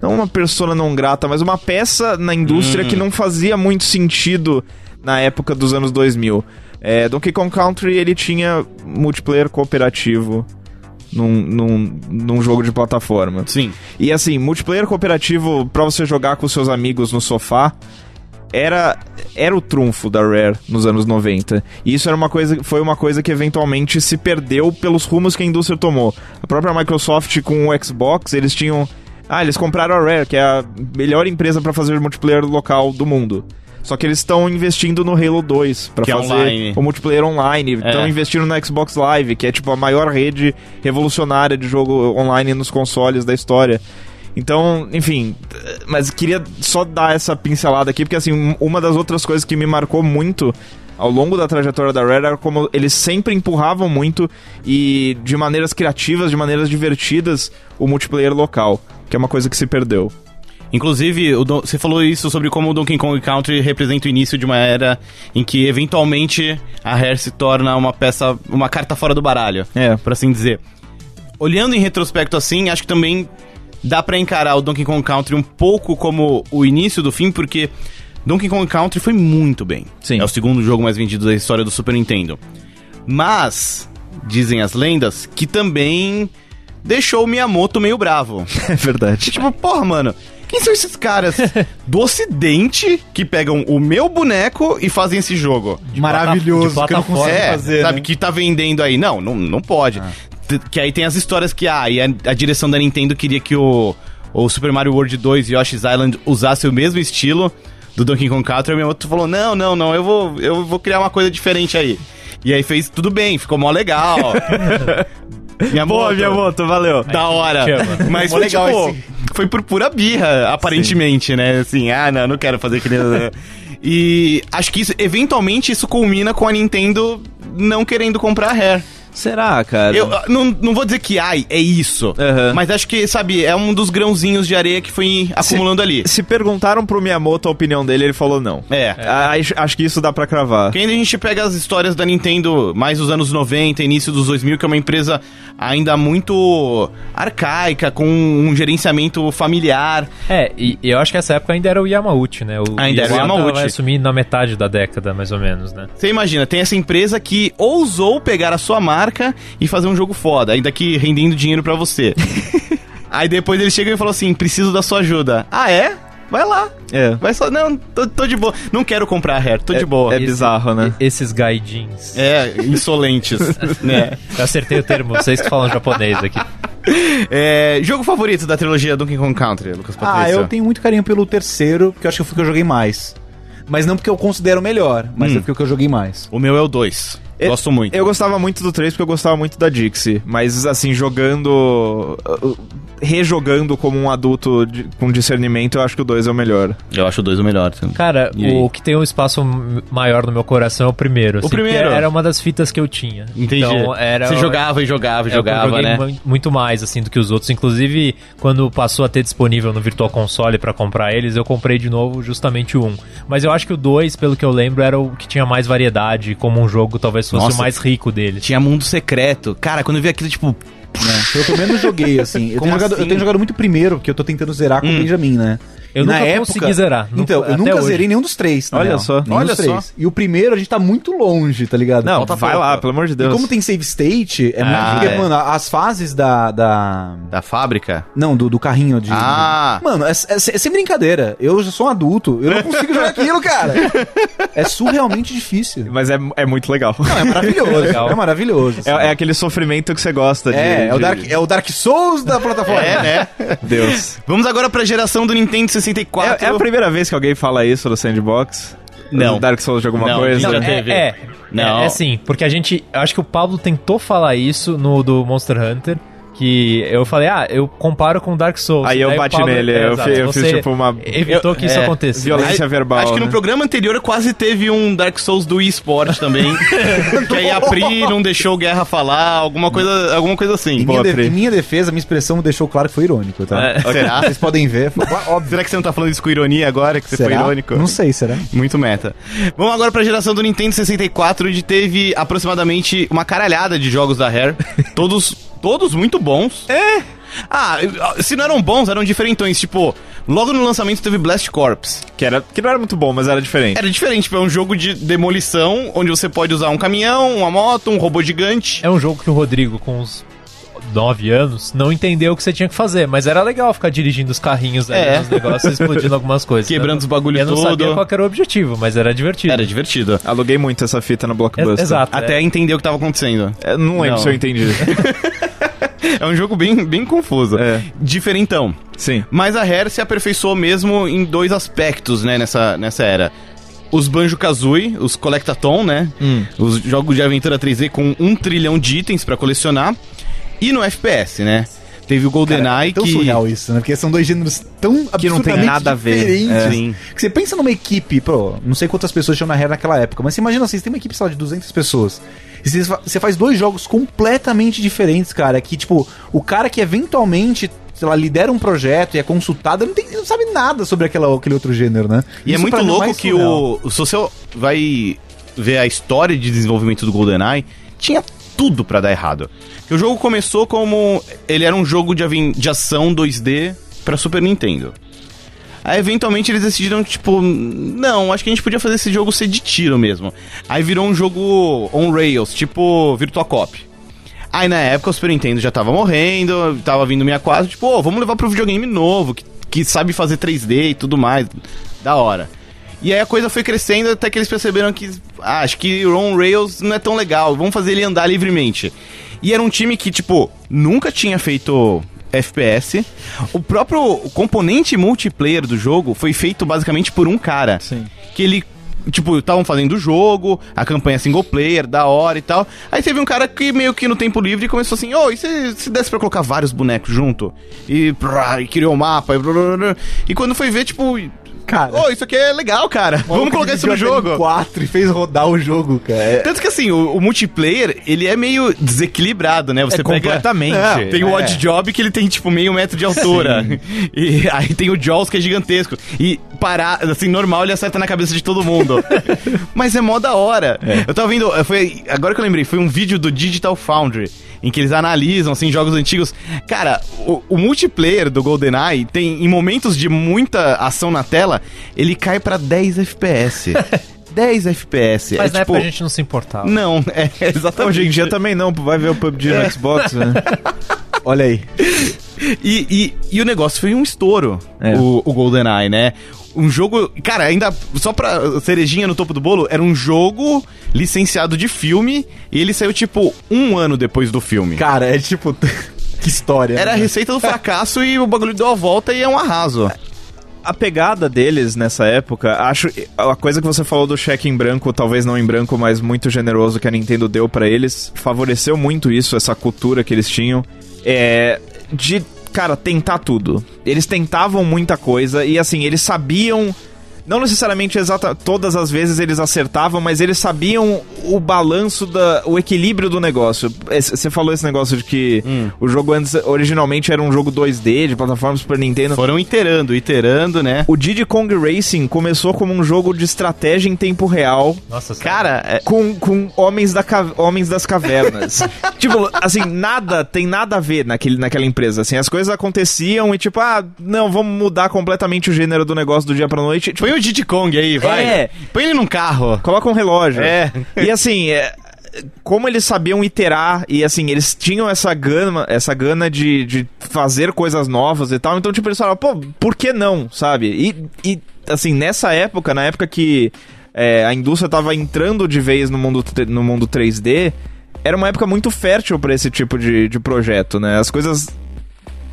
não uma persona não grata, mas uma peça na indústria que não fazia muito sentido na época dos anos 2000. É, Donkey Kong Country ele tinha multiplayer cooperativo num, num, num jogo de plataforma.
Sim.
E assim, multiplayer cooperativo pra você jogar com seus amigos no sofá era era o trunfo da Rare nos anos 90. E isso era uma coisa foi uma coisa que eventualmente se perdeu pelos rumos que a indústria tomou. A própria Microsoft com o Xbox, eles tinham ah, eles compraram a Rare, que é a melhor empresa pra fazer multiplayer local do mundo. Só que eles estão investindo no Halo 2 pra
Que é
fazer
online.
o multiplayer online. Estão investindo na Xbox Live, que é tipo a maior rede revolucionária de jogo online nos consoles da história. Então, enfim, t- mas queria só dar essa pincelada aqui, porque assim, um- uma das outras coisas que me marcou muito ao longo da trajetória da Rare era como eles sempre empurravam muito e de maneiras criativas, de maneiras divertidas, o multiplayer local, que é uma coisa que se perdeu.
Inclusive, o Don- você falou isso sobre como o Donkey Kong Country representa o início de uma era em que, eventualmente, a Rare se torna uma peça, uma carta fora do baralho,
É.
por assim dizer. Olhando em retrospecto assim, acho que também dá pra encarar o Donkey Kong Country um pouco como o início do fim, porque Donkey Kong Country foi muito bem.
Sim.
É o segundo jogo mais vendido da história do Super Nintendo. Mas, dizem as lendas, que também deixou o Miyamoto meio bravo.
É verdade.
Tipo, porra, mano, quem são esses caras do ocidente que pegam o meu boneco e fazem esse jogo?
Maravilhoso,
de
que eu não
plataforma.
consigo
é,
fazer,
sabe,
né?
que tá vendendo aí. Não, não, não pode.
Ah.
T- Que aí tem as histórias que, ah, e a, a direção da Nintendo queria que o, o Super Mario World 2 e Yoshi's Island usassem o mesmo estilo do Donkey Kong Country, e o meu outro falou, não, não, não, eu vou, eu vou criar uma coisa diferente aí. E aí fez tudo bem, ficou mó legal. minha
Boa, minha moto, valeu.
da hora.
chama.
Mas
Mó
foi,
legal
tipo,
esse.
foi por pura birra, aparentemente, né? Assim, ah, não, não quero fazer que nem... e acho que isso, eventualmente isso culmina com a Nintendo não querendo comprar a Rare.
Será, cara?
Eu ah, não, não vou dizer que ai, é isso.
Aham.
Mas acho que, sabe, é um dos grãozinhos de areia que foi acumulando ali.
Se perguntaram pro Miyamoto a opinião dele, ele falou não.
É.
Ah, acho- acho que isso dá pra cravar.
Porque ainda a gente pega as histórias da Nintendo mais dos anos 90, início dos 2000, que é uma empresa ainda muito arcaica, com um gerenciamento familiar.
É, e e eu acho que essa época ainda era o Yamauchi, né? O
Ainda era o
Iwata
Yamauchi.
vai assumir na metade da década, mais ou menos, né?
Você imagina, tem essa empresa que ousou pegar a sua marca e fazer um jogo foda, ainda que rendendo dinheiro pra você. Aí depois ele chega e fala assim: preciso da sua ajuda. Ah, é? Vai lá.
É.
Vai só. Não, tô, tô de boa. Não quero comprar a Hair, tô de boa.
É, é bizarro, né?
E- esses gaijins.
É, insolentes, né?
Eu acertei o termo, vocês que falam japonês aqui.
É, jogo favorito da trilogia Donkey Kong Country, Lucas Patrícia?
Ah, eu tenho muito carinho pelo terceiro, porque eu acho que foi o que eu joguei mais. Mas não porque eu considero o melhor, mas
Hum.
é porque é o que eu joguei mais.
O meu é o 2.
Eu-
Gosto muito.
Eu gostava muito do 3 porque eu gostava muito da Dixie, mas assim, jogando. uh, uh, Rejogando como um adulto de- com discernimento, eu acho que o 2 é o melhor.
Eu acho o 2 o melhor. assim.
Cara,
E aí?
o que tem um espaço m- maior no meu coração é o primeiro. assim, porque
primeiro.
Era uma das fitas que eu tinha.
Entendi.
Então, era
Você jogava e jogava e
é o que eu
jogava,
joguei
né?
mu- muito mais, assim, do que os outros. Inclusive, quando passou a ter disponível no Virtual Console pra comprar eles, eu comprei de novo justamente o 1. Mas eu acho que o 2, pelo que eu lembro, era o que tinha mais variedade, como um jogo talvez fosse
Nossa.
o mais rico deles.
Tinha mundo secreto. Cara, quando eu vi aquilo, tipo,
Né? Foi o que eu menos joguei, assim. Eu
Como
tenho, jogado, eu
assim?
tenho jogado muito primeiro, porque eu tô tentando zerar com o Benjamin, né?
Eu
E
nunca consegui zerar, nu-
Então, eu
até
nunca
hoje.
zerei nenhum dos três. na
Olha
real.
só.
Nenhum
Olha
dos
só.
três. E o primeiro a gente tá muito longe, tá ligado?
Não,
Falta
vai
pouco.
lá, pelo amor de
E
Deus.
como tem save state, é muito.
Ah,
Porque,
é.
mano, as fases da- da...
da fábrica.
Não, do, do carrinho de.
Ah.
Mano, é, é- é sem brincadeira. Eu já sou um adulto. Eu não consigo jogar aquilo, cara. É surrealmente difícil.
Mas é, é muito legal.
Não, é maravilhoso.
Legal.
É maravilhoso. assim.
É, é aquele sofrimento que você gosta de.
É, é o
de-
Dark, é o Dark Souls da plataforma.
É, né?
Deus.
Vamos agora pra geração do Nintendo 64.
É, é a primeira vez que alguém fala isso no Sandbox?
Não.
No Dark Souls de alguma
Não,
coisa?
não,
é,
Já teve?
É,
Não.
É, é sim, porque a gente. eu Acho que o Pablo tentou falar isso no do Monster Hunter. Que eu falei, ah, eu comparo com Dark Souls.
Aí eu
o
bati
Pablo-
nele,
é,
eu
exato,
fi- eu fiz
você
tipo uma-
Evitou que isso
é,
acontecesse.
violência verbal,
Acho que no
né?
programa anterior quase teve um Dark Souls do eSport também. que aí a Pri não deixou o Guerra falar, alguma coisa, alguma coisa assim.
Em,
Boa,
minha de-
Pri.
em minha defesa, minha expressão deixou claro que foi irônico, tá?
É, será?
Vocês podem ver. Foi, óbvio.
Será que você não tá falando isso com ironia agora, que você
será?
foi irônico?
Não sei, será?
Muito meta. Vamos agora pra geração do Nintendo 64, onde teve aproximadamente uma caralhada de jogos da Rare. Todos, todos muito bons. É? Ah, se não eram bons, eram diferentões. Tipo, logo no lançamento teve Blast Corps.
Que, era, que não era muito bom, mas era diferente.
Era diferente, tipo, é um jogo de demolição, onde você pode usar um caminhão, uma moto, um robô gigante.
É um jogo que o Rodrigo, com uns 9 anos, não entendeu o que você tinha que fazer, mas era legal ficar dirigindo os carrinhos ali,
É.
os negócios, explodindo algumas coisas.
Quebrando os bagulho
Eu não sabia
todo.
qual que era o objetivo, mas era divertido.
Era é divertido.
Aluguei muito essa fita no
É-
Blockbuster.
Exato. é.
Até entender o que tava acontecendo.
É, não lembro
Não.
se eu entendi.
É um jogo bem, bem confuso.
É.
Diferentão.
Sim.
Mas a Rare se aperfeiçoou mesmo em dois aspectos, né, nessa, nessa era. Os Banjo-Kazooie, os Collectathon, né? Os jogos de aventura 3D com um trilhão de itens pra colecionar. E no FPS, né? Teve o
É
GoldenEye
tão
que...
surreal isso, né? Porque são dois gêneros tão
Que não tem
absurdamente
nada a ver.
diferentes.
É. Sim.
Que você pensa numa equipe, pô, não sei quantas pessoas tinham na Rare naquela época, mas você imagina assim, você tem uma equipe, sei lá, de 200 pessoas. E você fa- você faz dois jogos completamente diferentes, cara, que tipo, o cara que eventualmente, sei lá, lidera um projeto e é consultado, ele não, tem, ele não sabe nada sobre aquela, aquele outro gênero, né?
E é
Isso
muito
pra mim
louco
mais
que
surreal.
o. Se você vai ver a história de desenvolvimento do GoldenEye, tinha tudo pra dar errado. Que o jogo começou como. Ele era um jogo de, aven- de ação 2D pra Super Nintendo. Aí, eventualmente, eles decidiram, tipo, não, acho que a gente podia fazer esse jogo ser de tiro mesmo. Aí virou um jogo on rails, tipo Virtua Cop. Aí, na época, o Super Nintendo já tava morrendo, tava vindo 64, tipo, ô, vamos levar pro videogame novo, que, que sabe fazer 3D e tudo mais, da hora. E aí a coisa foi crescendo até que eles perceberam que, ah, acho que o on rails não é tão legal, vamos fazer ele andar livremente. E era um time que, tipo, nunca tinha feito FPS. O próprio componente multiplayer do jogo foi feito basicamente por um cara.
Sim.
Que ele, tipo, estavam fazendo o jogo, a campanha single player, da hora e tal. Aí teve um cara que meio que no tempo livre começou assim: ô, e se, se desse pra colocar vários bonecos junto? E, prá, e criou o mapa. E, blá, blá, blá. e quando foi ver, tipo.
cara.
Ô, isso aqui é legal, cara. Vamos colocar isso no jogo.
4 e fez rodar o jogo, cara. É-
Tanto que assim, o, o multiplayer, ele é meio desequilibrado, né? Você
É
pega-
completamente.
É, tem o
É.
Odd Job que ele tem tipo meio metro de altura. E aí tem o Jaws que é gigantesco. E parar, assim, normal ele acerta na cabeça de todo mundo. Mas é mó da hora. Eu tava vendo, eh, foi agora que eu lembrei, foi um vídeo do Digital Foundry em que eles analisam assim jogos antigos. Cara, o, o multiplayer do GoldenEye tem em momentos de muita ação na tela, ele cai pra 10 FPS. 10 FPS.
Mas
é,
na
tipo,
época a gente não se importava.
não, é, é
Hoje em
exatamente.
dia também não, vai ver o PUBG
É.
no Xbox, né?
Olha aí.
E, e, e o negócio foi um estouro,
É.
o, o GoldenEye, né? Um jogo. Cara, ainda. Só pra cerejinha no topo do bolo, era um jogo licenciado de filme e ele saiu, tipo, um ano depois do filme.
Cara, é tipo. que história.
Era a
né?
receita do fracasso e o bagulho deu a volta e é um arraso.
a pegada deles nessa época, acho a coisa que você falou do cheque em branco, talvez não em branco, mas muito generoso que a Nintendo deu pra eles, favoreceu muito isso, essa cultura que eles tinham, é de cara tentar tudo. Eles tentavam muita coisa e assim eles sabiam não necessariamente exata, todas as vezes eles acertavam, mas eles sabiam o balanço, da, o equilíbrio do negócio. Esse- Você falou esse negócio de que o jogo antes, originalmente era um jogo 2D de plataforma Super Nintendo.
Foram iterando, iterando, né?
O Diddy Kong Racing começou como um jogo de estratégia em tempo real
Nossa, sério.
Cara, é-
com, com homens, da ca- homens das cavernas. tipo, assim, nada tem nada a ver naquele, naquela empresa. Assim, as coisas aconteciam e tipo, ah, não, vamos mudar completamente o gênero do negócio do dia pra noite. Tipo,
põe o Diddy Kong aí, vai.
É.
Põe ele num carro.
coloca um relógio.
É.
E assim, é, como eles sabiam iterar e assim, eles tinham essa gana, essa gana de, de fazer coisas novas e tal, então tipo, eles falavam, pô, por que não, sabe? E, e assim, nessa época, na época que é, a indústria tava entrando de vez no mundo, tre- no mundo 3D, era uma época muito fértil pra esse tipo de, de projeto, né? As coisas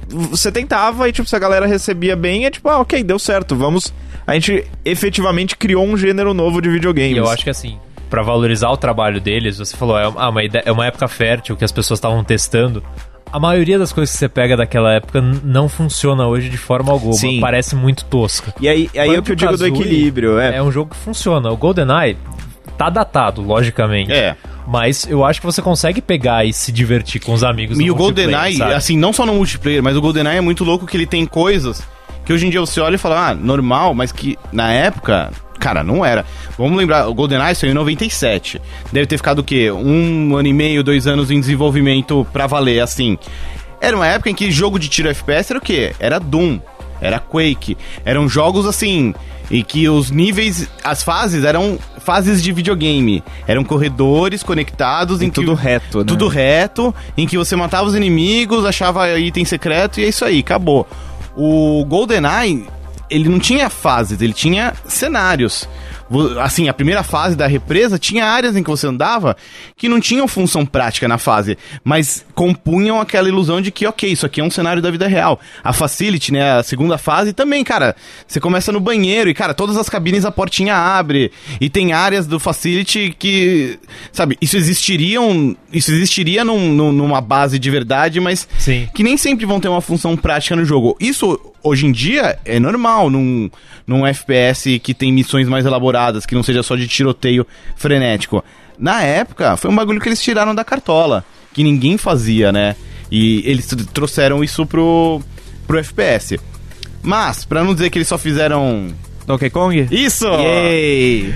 você tentava e, tipo, se a galera recebia bem, é tipo, ah, ok, deu certo, vamos. A gente efetivamente criou um gênero novo de videogames.
E eu acho que assim, pra valorizar o trabalho deles, você falou, é uma, ah, uma ide- é uma época fértil que as pessoas estavam testando. A maioria das coisas que você pega daquela época n- não funciona hoje de forma alguma.
Sim.
Parece muito tosca.
E aí, aí é o que eu digo do
Banjo-Kazooie
equilíbrio, é.
É um jogo que funciona. O GoldenEye tá datado, logicamente.
É.
Mas eu acho que você consegue pegar e se divertir com os amigos
E
no
o
multiplayer,
GoldenEye,
sabe?
assim, não só no multiplayer, mas o GoldenEye é muito louco que ele tem coisas que hoje em dia você olha e fala, ah, normal, mas que na época, cara, não era. Vamos lembrar, o GoldenEye saiu em 97. Deve ter ficado o quê? Um ano e meio, dois anos em desenvolvimento pra valer, assim. Era uma época em que jogo de tiro FPS era o quê? Era Doom, era Quake. Eram jogos assim. E que os níveis, as fases eram fases de videogame. Eram corredores conectados
E
em que
tudo
o-
reto, né?
tudo reto, em que você matava os inimigos, achava item secreto e é isso aí, acabou. O GoldenEye, ele não tinha fases, ele tinha cenários. Vo- Assim, a primeira fase da represa tinha áreas em que você andava que não tinham função prática na fase, mas compunham aquela ilusão de que, ok, isso aqui é um cenário da vida real. A Facility, né, a segunda fase também, cara, você começa no banheiro e, cara, todas as cabines a portinha abre e tem áreas do Facility que, sabe, isso existiriam, isso existiria num- num- numa base de verdade, mas
Sim.
que nem sempre vão ter uma função prática no jogo. Isso, hoje em dia, é normal num, num FPS que tem missões mais elaboradas, que não seja só de tiroteio frenético. Na época, foi um bagulho que eles tiraram da cartola, que ninguém fazia, né? E eles tr- trouxeram isso pro, pro FPS. Mas, pra não dizer que eles só fizeram.
Donkey Kong?
Isso!
Yay!
Eles...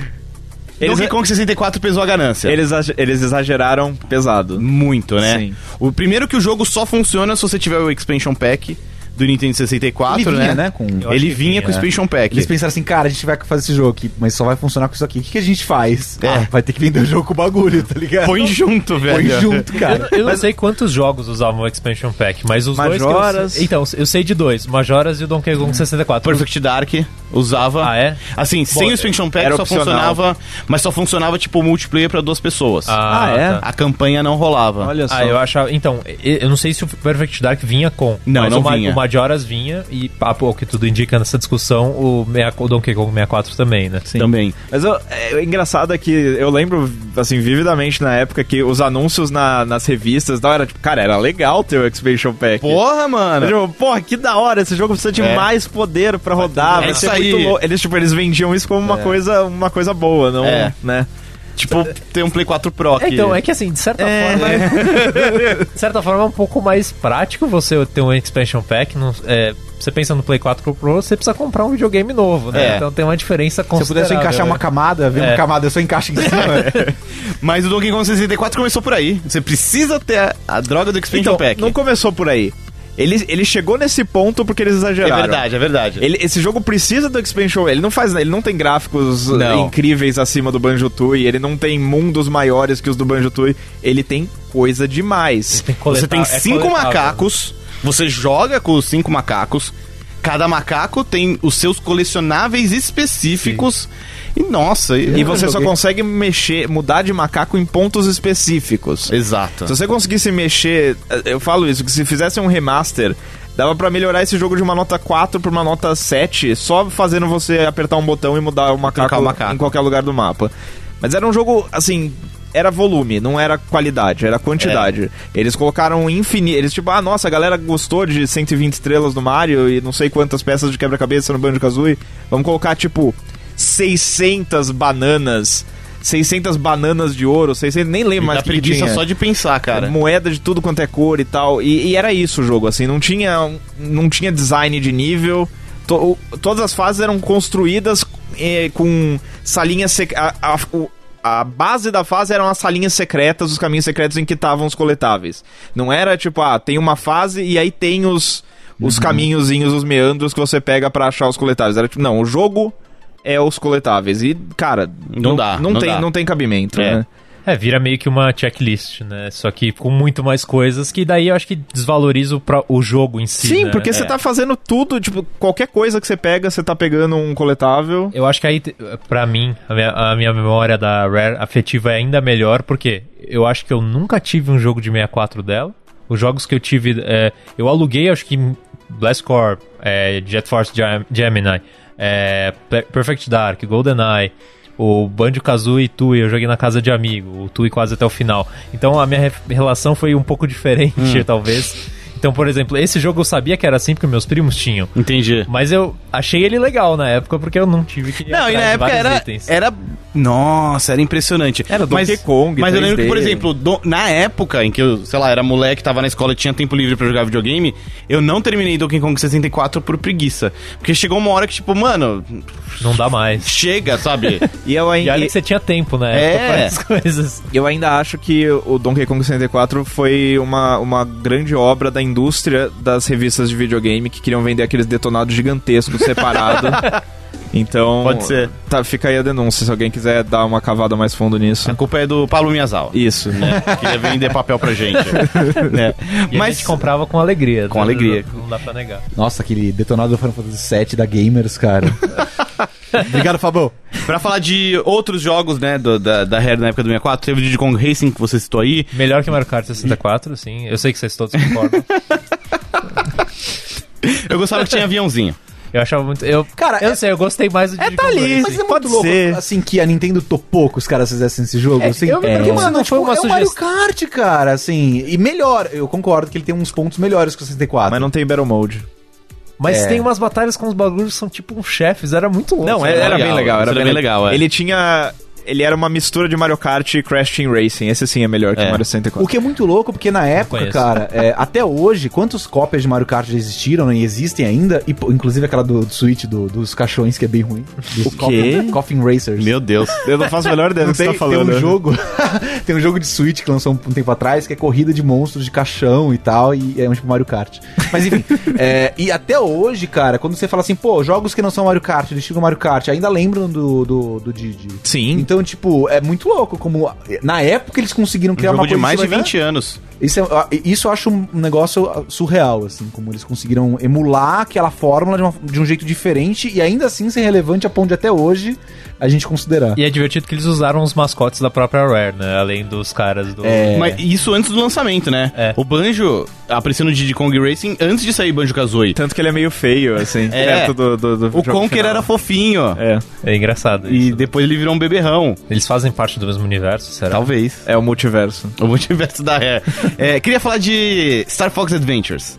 Eles,
Donkey Kong 64 pesou a ganância.
eles, exa- eles exageraram pesado.
Muito, né?
Sim.
O primeiro que o jogo só funciona se você tiver o Expansion Pack do Nintendo 64,
Ele
né?
vinha, né, com-
Eu acho
Ele
que
vinha
vinha,
com o
né?
Expansion Pack.
Eles pensaram assim, cara, a gente vai fazer esse jogo aqui, mas só vai funcionar com isso aqui. O que, que a gente faz?
É.
Ah, vai ter que vender o jogo com o bagulho, tá ligado?
Põe junto,
Põe
velho.
junto, cara.
Eu não sei quantos jogos usavam o Expansion Pack, mas os dois. que eu
Majora's.
sei- Então, eu sei de dois: Majoras e o Donkey Kong 64.
Perfect Dark usava.
Ah, é?
Assim, sem o Expansion Pack
era
só
opcional.
funcionava, mas só funcionava tipo multiplayer pra duas pessoas.
Ah, é?
tá.
A campanha não rolava.
Olha só.
Ah, eu achava. Então, e- eu não sei se o Perfect Dark vinha com.
Não,
mas
não
o, Ma-
vinha.
o de horas vinha, e papo, ao que tudo indica nessa discussão, o, 64 o Donkey Kong 64 também, né? Sim.
Também.
Mas eu- é, o engraçado é que eu lembro, assim, vividamente na época que os anúncios na- nas revistas da era tipo, cara, era legal ter o Expansion Pack.
Porra, mano.
Tipo, porra, que da hora, esse jogo precisa de
É.
mais poder pra rodar, vai
Essa
ser
É aí-
muito louco. Eles, tipo, eles vendiam isso como uma, coisa, uma coisa boa, não,
É.
né?
Tipo, tem um Play 4 Pro aqui.
É, então, é que assim, de certa forma. de certa forma, é um pouco mais prático você ter um expansion pack. não- é, você pensa no Play 4 Pro, você precisa comprar um videogame novo, né?
É.
Então tem uma diferença
Se eu
considerável.
puder só encaixar uma
né?
camada, ver
É.
uma camada, eu só encaixo em cima.
Mas o Donkey Kong 64 começou por aí. Você precisa ter a, a droga do Expansion
Então,
Pack.
não começou por aí. Ele, ele chegou nesse ponto porque eles
É
exageraram.
verdade, é verdade.
Ele- esse jogo precisa do expansion. Ele não faz, ele não tem gráficos uh,
Não.
incríveis acima do Banjo Tooie. Ele não tem mundos maiores que os do Banjo Tooie. Ele tem coisa demais.
Tem que coletar-
Você tem
é
cinco
coletável.
macacos, você joga com os cinco macacos. Cada macaco tem os seus colecionáveis específicos. E nossa,
E você só
consegue.
consegue mexer, mudar de macaco em pontos específicos.
Exato.
Se você conseguisse mexer, eh, eu falo isso, que se fizesse um remaster, dava pra melhorar esse jogo de uma nota 4 pra uma nota 7, só fazendo você apertar um botão e mudar o macaco,
o macaco.
em qualquer lugar do mapa. Mas era um jogo, assim, era volume, não era qualidade, era quantidade.
É.
Eles colocaram infinito, eles tipo, ah, nossa, a galera gostou de 120 estrelas do Mario e não sei quantas peças de quebra-cabeça no Banjo-Kazooie, vamos colocar tipo 600 bananas. 600 bananas de ouro, 600, nem lembro
Mas
mais
dá
o que que
preguiça
tinha
só de pensar, cara.
É moeda de tudo quanto é cor e tal. E, e era isso o jogo, assim, não tinha, um- não tinha design de nível. To- o- todas as fases eram construídas eh, com salinhas sec- a, a- o- a base da fase eram as salinhas secretas, os caminhos secretos em que estavam os coletáveis. Não era tipo, ah, tem uma fase e aí tem os, os
Uhum.
caminhozinhos, os meandros que você pega pra achar os coletáveis. Era tipo, não, o jogo é os coletáveis. E, cara,
Não dá,
Não,
não
tem,
dá.
não tem cabimento,
É.
né?
É, vira meio que uma checklist, né? Só que com muito mais coisas, que daí eu acho que desvaloriza o, pró- o jogo em si.
Sim,
né?
porque você
É.
tá fazendo tudo, tipo, qualquer coisa que você pega, você tá pegando um coletável.
Eu acho que aí, te- pra mim, a minha, a minha memória da Rare afetiva é ainda melhor, porque eu acho que eu nunca tive um jogo de 64 dela. Os jogos que eu tive, é, eu aluguei, acho que Blast Corp, é, Jet Force Gem- Gemini, é, Pe- Perfect Dark, GoldenEye, o Banjo Kazooie e Tui, eu joguei na casa de amigo, o Tui quase até o final. Então a minha re- relação foi um pouco diferente, talvez. Então, por exemplo, esse jogo eu sabia que era assim porque meus primos tinham.
Entendi.
Mas eu achei ele legal na época porque eu não tive que. ir
Não,
atrás
e na
de
época
vários
era,
itens.
era. Nossa, era impressionante. Era
Donkey Kong,
Mas eu lembro que, por
3D.
exemplo, do- na época em que eu, sei lá, era moleque, tava na escola e tinha tempo livre pra jogar videogame, eu não terminei Donkey Kong 64 por preguiça. Porque chegou uma hora que, tipo, mano,
Não dá mais.
chega, sabe?
E eu,
E
ainda
olha que você tinha tempo, né?
É.
Pra essas coisas.
eu ainda acho que o Donkey Kong 64 foi uma, uma grande obra da indústria das revistas de videogame que queriam vender aqueles detonados gigantescos separados. Então.
Pode ser.
Tá, fica aí a denúncia se alguém quiser dar uma cavada mais fundo nisso.
A culpa é do Paulo Miyazawa.
Isso.
Né? Queria vender papel pra gente. né?
E a gente comprava com alegria.
Com
né?
alegria.
Não, dá pra negar.
Nossa, aquele detonado do Final Fantasy VII da Gamers, cara. Obrigado, Fabão.
Pra falar de outros jogos, né, do- da, da Rare na época do 64, teve o Diddy Kong Racing que você citou aí.
Melhor que Mario Kart 64, sim. Eu sei que vocês todos concordam.
Eu gostava que tinha aviãozinho.
Eu achava muito. Eu,
Cara,
eu
é-
sei, eu gostei mais do É,
tá ali,
Mas é
Pode
muito louco,
ser.
assim, que a Nintendo topou que os caras fizessem esse jogo. assim,
eu me
é,
lembro que, mano, foi uma
é o Mario
sugestão.
Kart, cara, assim, e melhor, eu concordo que ele tem uns pontos melhores que o 64.
Mas não tem Battle Mode.
Mas
É.
tem umas batalhas com os bagulhos que são tipo um chefes, era muito louco. né?
Não,
Isso
era,
era
era
legal,
bem legal.
isso
Era
era
bem
bem
le-
legal, é.
Ele tinha. Ele era uma mistura de Mario Kart e Crash Team Racing. Esse sim é melhor que
É.
o Mario
O
64.
que é muito louco, porque na época,
conheço.
cara, é, até hoje, quantas cópias de Mario Kart já existiram né, e existem ainda, e, pô, inclusive aquela do, do Switch do- dos caixões, que é bem ruim. Dos
O quê?
Coffin, Coffin Racers.
Meu Deus.
Eu não faço a melhor ideia do que você
tem,
tá falando.
né?
tem um jogo tem um jogo de Switch que lançou um, um tempo atrás que é corrida de monstros de caixão e tal e é um tipo Mario Kart mas enfim é, e até hoje cara quando você fala assim pô jogos que não são Mario Kart do estilo Mario Kart ainda lembram do do, do Didi
Sim.
então tipo é muito louco como na época eles conseguiram
Um
criar
jogo
uma né?
de
coisa
mais de
que vai-
20 anos.
Isso, é- isso eu acho um negócio surreal, assim, como eles conseguiram emular aquela fórmula de, uma- de um jeito diferente e ainda assim ser relevante a ponto de até hoje a gente considerar.
E é divertido que eles usaram os mascotes da própria Rare, né? Além dos caras do.
É.
Mas isso antes do lançamento, né?
É.
O Banjo apareceu no Diddy Kong Racing antes de sair Banjo Kazooie.
Tá,
Tanto que ele é meio feio, assim,
É.
perto do, do, do
O
jogo
Conker
final.
era fofinho.
É.
É engraçado.
E
isso.
depois ele virou um beberrão.
Eles fazem parte do mesmo universo, será?
Talvez.
É o multiverso.
O multiverso da Rare. É, queria falar de Star Fox Adventures.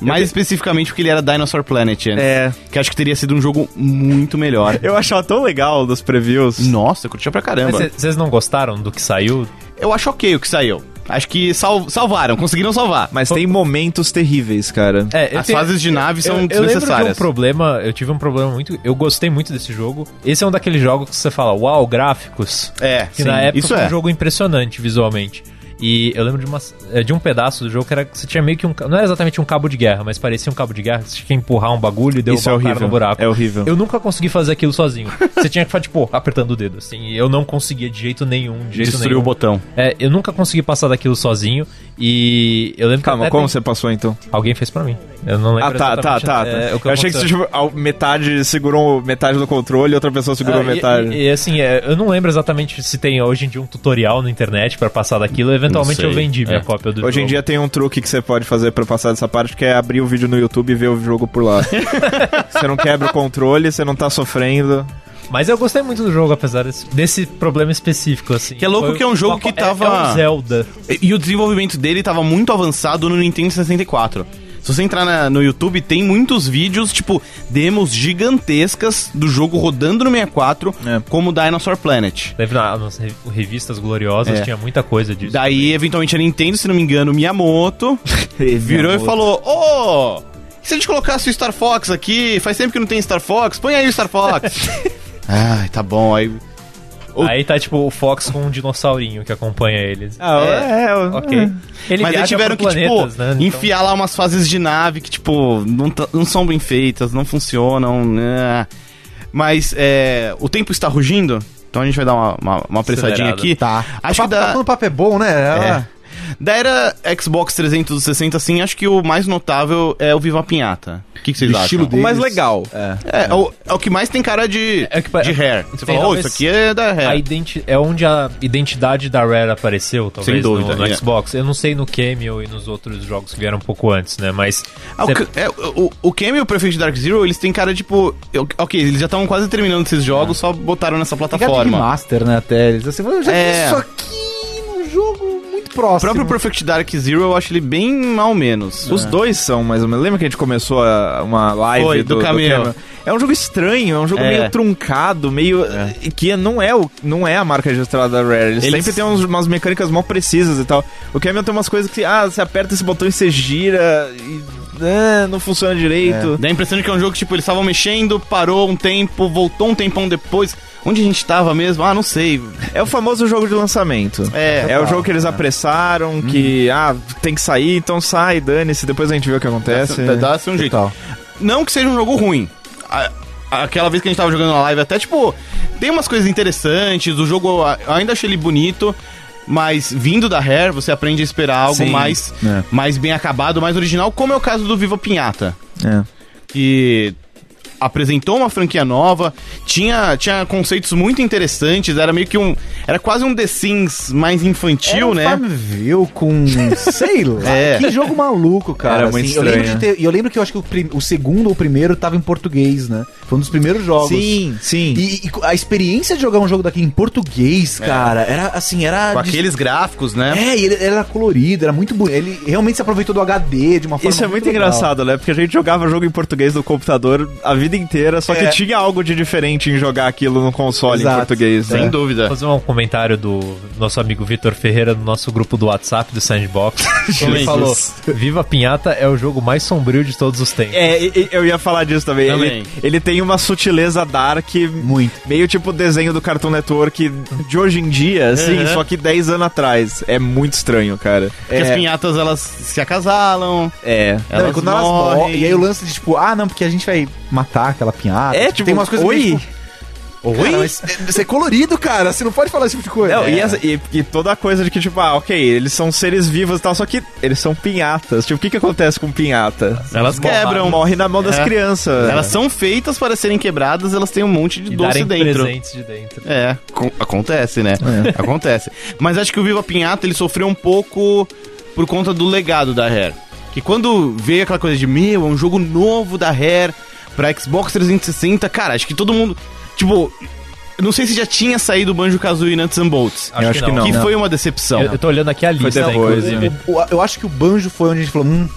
Mais especificamente porque ele era Dinosaur Planet antes.
É.
Que acho que teria sido um jogo muito melhor.
Eu achava tão legal dos previews.
Nossa, eu curtia pra
Mas
caramba.
cê- Vocês não gostaram do que saiu?
Eu acho ok o que saiu. Acho que sal- salvaram, conseguiram salvar.
Mas tem momentos terríveis, cara.
É,
As fases de nave são
eu, eu lembro de um
desnecessárias.
problema, eu tive um problema muito. Eu gostei muito desse jogo. Esse é um daqueles jogos que você fala, uau, gráficos.
É,
Que
sim,
na época
isso
foi um
é.
jogo impressionante visualmente. E eu lembro de, uma, eh, de um pedaço do jogo que era que você tinha meio que um. ca- Não era exatamente um cabo de guerra, mas parecia um cabo de guerra. que Você tinha que empurrar um bagulho e deu
Isso é
o cara no
horrível.
buraco.
É horrível.
Eu nunca consegui fazer aquilo sozinho. Você tinha que ficar, tipo, apertando o dedo, assim. E eu não conseguia de jeito nenhum, de jeito
Destruiu o
nenhum.
botão.
É, eu nunca consegui passar daquilo sozinho. E eu lembro que.
Calma,
até
como
tem-
você passou então?
Alguém fez pra mim. Eu não lembro
Ah, tá, tá,
exatamente,
tá.
é, o que
eu achei que
aconteceu.
você, tipo, ao- metade segurou metade do controle e outra pessoa segurou
Ah, e-
metade.
E, e, assim, é, eu não lembro exatamente se tem hoje em dia um tutorial na internet pra passar daquilo. Eventualmente
Não
eu
sei.
vendi minha
É.
cópia do
Hoje em
jogo.
dia tem um truque que você pode fazer pra passar dessa parte, que é abrir o vídeo no YouTube e ver o jogo por lá. você não quebra o controle, você não tá sofrendo.
Mas eu gostei muito do jogo, apesar desse, desse problema específico, assim.
Que é louco que é um jogo que
é-
tava-
É, um Zelda.
E, e o desenvolvimento dele tava muito avançado no Nintendo 64. Se você entrar na- no YouTube, tem muitos vídeos, tipo, demos gigantescas do jogo rodando no 64,
É.
como Dinosaur Planet.
Lembra, ah, nas re- revistas gloriosas
É.
tinha muita coisa disso.
Daí, eventualmente, a Nintendo, se não me engano, Miyamoto, virou e falou: Ô, e se a gente colocasse o Star Fox aqui? Faz tempo que não tem Star Fox, põe aí o Star Fox. Ai, tá bom. Aí o-
Aí tá, tipo, o Fox com um dinossaurinho que acompanha eles.
Ah, é, é,
ok. Ele
Mas
viaja
eles tiveram que,
por planetas,
tipo,
é né? Então-
enfiar lá umas fases de nave que, tipo, não, tá- não são bem feitas, não funcionam, né? Mas, é, o tempo está rugindo, então a gente vai dar uma, uma, uma apressadinha
Acelerado.
aqui. Acho que dá...
Quando Tá. o papo é bom, né? Ela-
Da era Xbox 360, assim, acho que o mais notável é o Viva Pinhata. O que, que vocês
Do
acham?
estilo
O mais
deles.
legal.
É, é o, é o que mais tem cara de,
É então que pa-
de hair. Você
Tem
fala, oh,
talvez-
isso aqui é da hair.
A identi é onde a identidade da Rare apareceu, talvez,
Sem dúvida,
no, no
é.
Xbox. Eu não sei no Cameo e nos outros jogos que vieram um pouco antes, né? Mas
Ah, o,
cê-
Ca- é, o, o Cam e o Prefeito Dark Zero, eles têm cara, tipo... eu- ok, eles já estavam quase terminando esses
É.
jogos, só botaram nessa
Forma.
plataforma.
Master, né? Até eles assim, eu já vi
É.
isso aqui num jogo muito
O
próximo.
próprio Perfect Dark Zero, eu acho ele bem mal menos.
Os dois são, mais ou menos. Lembra que a gente começou a- uma live
Foi, do Camelo.
Camelo? É um jogo estranho, é um jogo
É.
meio truncado, meio. que não é, o, não é a marca registrada da Rare. Eles,
Eles-
sempre tem uns- umas mecânicas mal precisas e tal. O Camel tem umas coisas que, ah, você aperta esse botão e você gira e. ah, não funciona direito.
Dá a impressão de que é um jogo que, tipo, eles estavam mexendo, parou um tempo, voltou um tempão depois. Onde a gente tava mesmo? Ah, não sei.
É. o famoso jogo de lançamento.
É,
o jogo que eles apressaram,
Uhum.
que, ah, tem que sair, então sai, dane-se, depois a gente vê o que acontece.
Dá- Dá-se um jeito.
Total.
Não que seja um jogo ruim. A- Aquela vez que a gente tava jogando na live, até tipo, tem umas coisas interessantes. O jogo a- eu ainda achei ele bonito, mas vindo da Rare, você aprende a esperar algo
Sim,
mais,
né.
mais bem acabado, mais original, como é o caso do Viva Pinhata,
um
É.
que apresentou uma franquia nova, tinha, tinha conceitos muito interessantes, era meio que um. Era quase um The Sims mais infantil,
um
né?
Farmville com. sei lá.
É.
Que jogo maluco, cara. assim.
Era muito
eu lembro
estranho.
de ter- E eu, lembro que eu acho que o, prim- o segundo ou o primeiro tava em português, né? Foi um dos primeiros jogos.
Sim, sim. É.
E, e a experiência de jogar um jogo daqui em português, cara, era assim, era.
Com
de-
aqueles gráficos, né?
É, e ele era colorido, era muito bonito. Ele realmente se aproveitou do HD de uma forma.
Isso é muito
legal.
engraçado, né? Porque a gente jogava jogo em português no computador a vida inteira, só que
É.
tinha algo de diferente em jogar aquilo no console em
Exato.
português.
Sem
É.
Né?
dúvida.
fazer um comentário do nosso amigo Vitor Ferreira no nosso grupo do WhatsApp do Sandbox.
Jesus.
ele falou: Viva Pinhata é o jogo mais sombrio de todos os tempos.
É, e- e- eu ia falar disso também.
Também.
Ele, ele tem uma sutileza dark,
Muito.
meio tipo o desenho do Cartoon Network de hoje em dia, assim,
Uhum.
só que 10 anos atrás. É muito estranho, cara.
Porque as pinhatas elas se acasalam.
É.
É. Não,
Elas
e quando elas
morrem.
morrem, E aí o lance de tipo, ah, não, porque a gente vai matar aquela pinhada.
É, tipo,
tem umas coisas
oi?
meio, tipo, Oi? você é colorido, cara. Você não pode falar esse tipo de coisa.
Não,
É.
e, essa- e- e toda a coisa de que, tipo, ah, ok, eles são seres vivos e tal, só que eles são pinhatas. Tipo, o que, que acontece com pinhata?
Elas
É, quebram.
Morre na mão das
É.
crianças.
Elas são feitas para serem quebradas, elas têm um monte de
E
doce
darem
dentro.
presentes de dentro.
É, com- acontece, né? Acontece. Mas acho que o Viva Pinhata ele sofreu um pouco por conta do legado da Rare. Que quando veio aquela coisa de, meu, é um jogo novo da Rare pra Xbox 360, cara, acho que todo mundo. Tipo, eu não sei se já tinha saído o Banjo Kazooie Nuts and Bolts.
Eu acho que não.
que foi né? uma decepção.
Ah, Eu, eu tô olhando aqui a lista,
depois,
inclusive.
O- o- eu acho que o Banjo foi onde a gente falou, hum,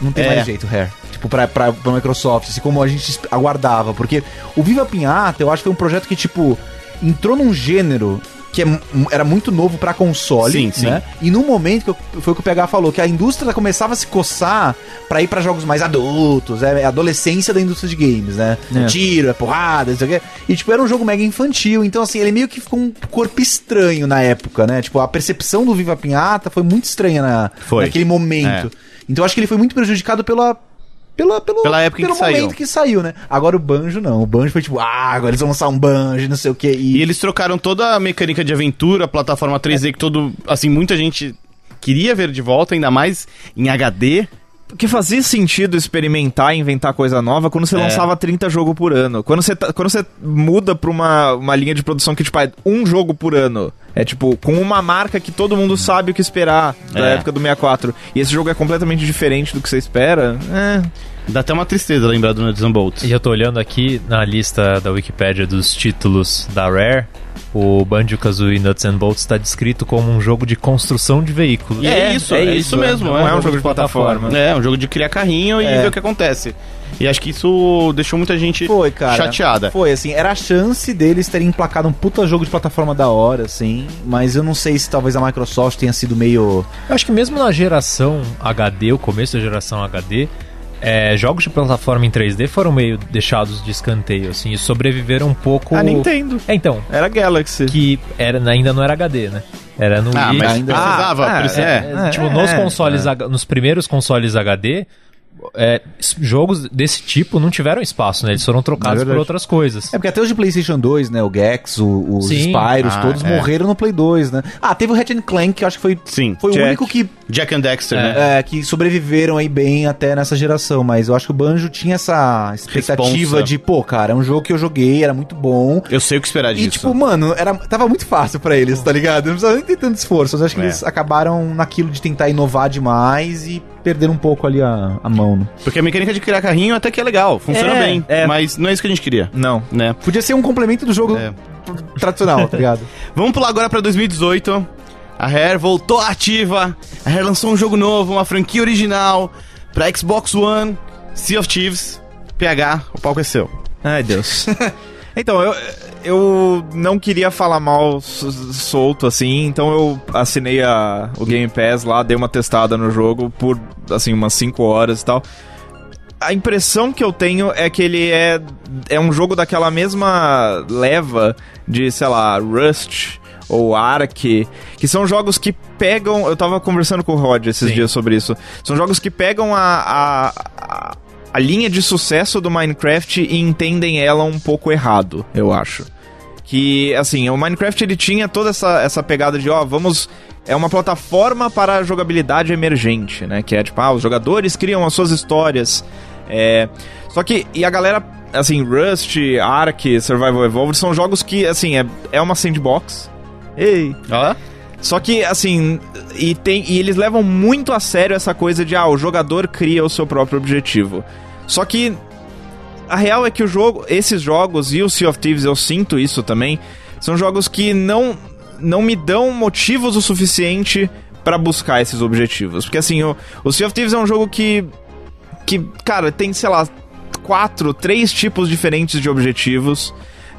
não tem
É.
mais jeito, Rare. Tipo, pra, pra, pra Microsoft, assim como a gente esp- aguardava. Porque o Viva Pinhata, eu acho que foi um projeto que, tipo, entrou num gênero que é mu- era muito novo pra console,
Sim, sim.
né? E num momento, que eu- foi o que o PH falou, que a indústria começava a se coçar pra ir pra jogos mais adultos, é, é a adolescência da indústria de games, né?
É.
Tiro, é porrada, não sei o quê. E, tipo, era um jogo mega infantil, então, assim, ele meio que ficou um corpo estranho na época, né? Tipo, a percepção do Viva Pinhata foi muito estranha na,
Foi. É.
naquele momento. Então, eu acho que ele foi muito prejudicado pela... Pela, pelo,
Pela época em
pelo
que saiu.
momento que saiu, né? Agora o Banjo não. O Banjo foi tipo, ah, agora eles vão lançar um Banjo, não sei o quê.
E eles trocaram toda a mecânica de aventura, a plataforma 3D que todo, assim, muita gente queria ver de volta, ainda mais em HD.
Porque fazia sentido experimentar, inventar coisa nova quando
É.
você lançava 30 jogos por ano. Quando você, tá- quando você muda pra uma, uma linha de produção que, tipo, é um jogo por ano. É tipo, com uma marca que todo mundo sabe o que esperar da
É.
época do 64. E esse jogo é completamente diferente do que você espera. É.
Dá até uma tristeza lembrar do Nuts and Bolts.
E eu tô olhando aqui na lista da Wikipédia dos títulos da Rare. O Banjo-Kazooie Nuts and Bolts está descrito como um jogo de construção de veículos.
E é, isso, é, isso mesmo.
Não é um jogo de plataforma.
É, é um jogo de criar carrinho e ver o que acontece. E acho que isso deixou muita gente
Foi, cara.
chateada.
Foi, assim, era a chance deles terem emplacado um puta jogo de plataforma da hora, assim. Mas eu não sei se talvez a Microsoft tenha sido meio.
Eu acho que mesmo na geração HD, o começo da geração HD, é, jogos de plataforma em 3D foram meio deixados de escanteio, assim, e sobreviveram um pouco...
Ah,
A Ah, Nintendo.
É, então,
Era Galaxy.
que era, ainda não era HD, né? Era no
Ah,
Wii.
mas
ainda-
precisava.
Ah,
precisa-
é.
é.
É, tipo, nos
é,
consoles, H- nos primeiros consoles HD, é, s- jogos desse tipo não tiveram espaço, né? Eles foram trocados por outras coisas.
É porque até os de PlayStation 2, né? O Gex, o- os
Sim.
Spyros,
Ah,
todos
é.
morreram no Play 2, né? Ah, teve o Ratchet and Clank, que eu acho que foi.
Sim.
Foi
Jack.
o único que,
Jack and Dexter, né?
é, que sobreviveram aí bem até nessa geração, mas eu acho que o Banjo tinha essa expectativa
Responsa.
de, pô, cara, é um jogo que eu joguei, era muito bom,
Eu sei o que esperar disso.
E, tipo, mano, era, tava muito fácil pra eles, tá ligado? Não precisava nem ter tanto esforço. Mas acho que
É.
eles acabaram naquilo de tentar inovar demais e perderam um pouco ali a, a mão. né?
Porque a mecânica de criar carrinho até que é legal, funciona
É,
bem.
é.
Mas não é isso que a gente queria,
Não.
né?
Podia ser um complemento do jogo
É.
tradicional, tá ligado?
Vamos pular agora pra 2018. A Rare voltou ativa. A Rare lançou um jogo novo, uma franquia original pra Xbox One, Sea of Thieves, PH, o palco é seu.
Ai, Deus. então, eu, eu não queria falar mal s- solto, assim, então eu assinei a, o Game Pass lá, dei uma testada no jogo por, assim, umas 5 horas e tal. A impressão que eu tenho é que ele é, é um jogo daquela mesma leva de, sei lá, Rust ou Ark, que são jogos que pegam... Eu tava conversando com o Rod esses
Sim.
dias sobre isso. São jogos que pegam a- a- a, a linha de sucesso do Minecraft e entendem ela um pouco errado, eu acho. Que, assim, o Minecraft ele tinha toda essa, essa pegada de, ó, vamos. É uma plataforma para a jogabilidade emergente, né? Que é tipo, ah, os jogadores criam as suas histórias. É. Só que, e a galera, assim, Rust, Ark, Survival Evolved são jogos que, assim, é, é uma sandbox. Ei!
Ó.
Só que, assim, e, tem, e eles levam muito a sério essa coisa de, ah, o jogador cria o seu próprio objetivo. Só que a real é que o jogo, esses jogos e o Sea of Thieves, eu sinto isso também, são jogos que não, não me dão motivos o suficiente pra buscar esses objetivos. Porque, assim, o, o Sea of Thieves é um jogo que, que, cara, tem, sei lá, quatro, três tipos diferentes de objetivos.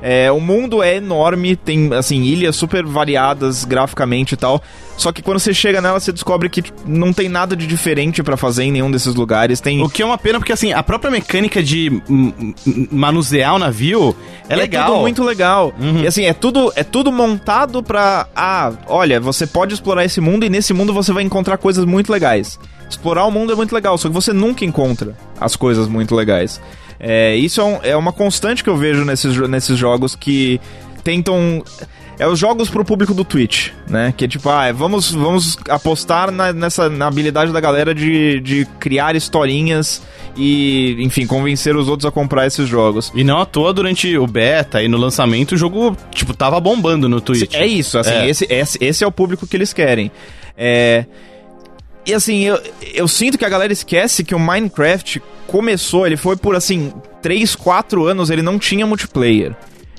É, o mundo é enorme, tem assim ilhas super variadas graficamente e tal. Só que quando você chega nela, você descobre que tipo, não tem nada de diferente pra fazer em nenhum desses lugares. Tem
O que é uma pena, porque assim, a própria mecânica de hum, hum, manusear o navio é, legal. Uhum.
tudo muito legal. E assim, é tudo, é tudo montado pra. Ah, olha, você pode explorar esse mundo e nesse mundo você vai encontrar coisas muito legais. Explorar o mundo é muito legal, só que você nunca encontra as coisas muito legais. É, isso é, um- é uma constante que eu vejo nesses, jo- nesses jogos que tentam. É os jogos pro público do Twitch, né? Que é tipo, ah, vamos, vamos apostar na, nessa, na habilidade da galera de, de criar historinhas e, enfim, convencer os outros a comprar esses jogos.
E não à toa, durante o beta e no lançamento, o jogo, tipo, tava bombando no Twitch.
É isso, assim,
É.
Esse, esse, esse é o público que eles querem. É, E assim, eu, eu sinto que a galera esquece que o Minecraft começou, ele foi por assim, 3, 4 anos, ele não tinha multiplayer.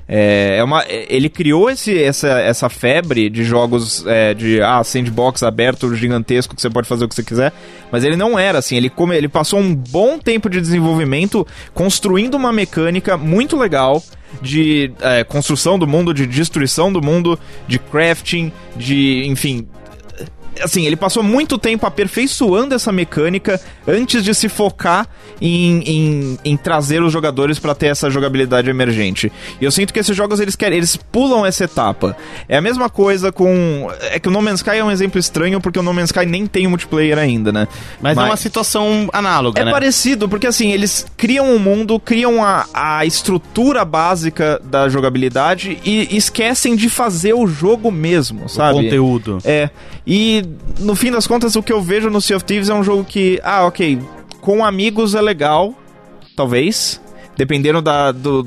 É, é uma, é- ele criou esse, essa, essa febre de jogos é, de ah, sandbox aberto, gigantesco, que você pode fazer o que você quiser. Mas ele não era assim. Ele, come, ele passou um bom tempo de desenvolvimento construindo uma mecânica muito legal de é, construção do mundo, de destruição do mundo, de crafting, de. enfim. Assim, ele passou muito tempo aperfeiçoando essa mecânica antes de se focar em, em, em trazer os jogadores pra ter essa jogabilidade emergente. E eu sinto que esses jogos eles querem, eles pulam essa etapa. É a mesma coisa com. É que o No Man's Sky é um exemplo estranho porque o No Man's Sky nem tem multiplayer ainda, né?
Mas, é uma situação análoga,
É
né?
parecido, porque assim, eles criam um mundo, criam a, a estrutura básica da jogabilidade e esquecem de fazer o jogo mesmo, sabe?
Conteúdo.
É. E no fim das contas, o que eu vejo no Sea of Thieves é um jogo que, ah, ok, com amigos é legal, talvez, dependendo da, do,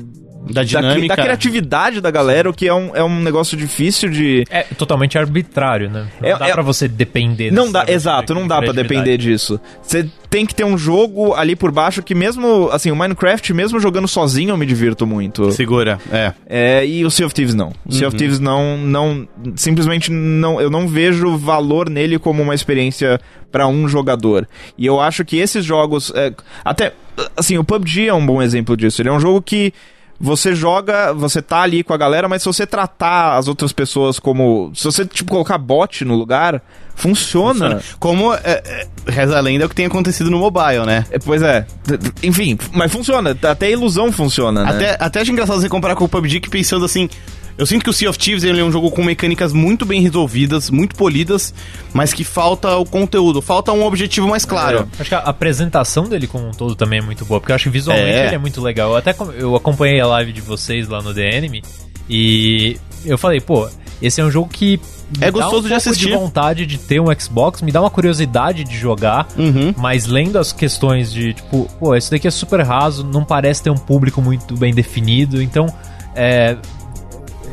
Da dinâmica.
da, da criatividade da galera, o que é um, é um negócio difícil de,
É totalmente arbitrário, né? Não
É-
dá
é-
pra você depender.
Não
dessa
dá,
criatividade.
exato, não dá pra depender disso. Você tem que ter um jogo ali por baixo que mesmo, assim, o Minecraft, mesmo jogando sozinho, eu me divirto muito.
Segura, é.
É, e o Sea of Thieves não. O Sea of Thieves não, não, simplesmente não, eu não vejo valor nele como uma experiência pra um jogador. E eu acho que esses jogos, é, até, assim, o PUBG é um bom exemplo disso. Ele é um jogo que você joga, você tá ali com a galera, mas se você tratar as outras pessoas como, se você tipo colocar bot no lugar, funciona.
Como é, é, reza a lenda é o que tem acontecido no mobile, né?
É, Pois é. D- d- Enfim, f- mas funciona. T- Até a ilusão funciona, né?
Até, até acho engraçado você comparar com o PUBG, que pensando assim... Eu sinto que o Sea of Thieves ele é um jogo com mecânicas muito bem resolvidas, muito polidas, mas que falta o conteúdo, falta um objetivo mais claro.
É, Acho que a apresentação dele como um todo também é muito boa, porque eu acho que visualmente
É.
ele é muito legal. Eu até com- eu acompanhei a live de vocês lá no The Enemy e eu falei, pô, esse é um jogo que me
É
dá
gostoso
um
de
pouco
assistir.
de vontade de ter um Xbox, me dá uma curiosidade de jogar,
É.
Uhum.
mas lendo as questões de tipo, pô, isso daqui é super raso, não parece ter um público muito bem definido, então é,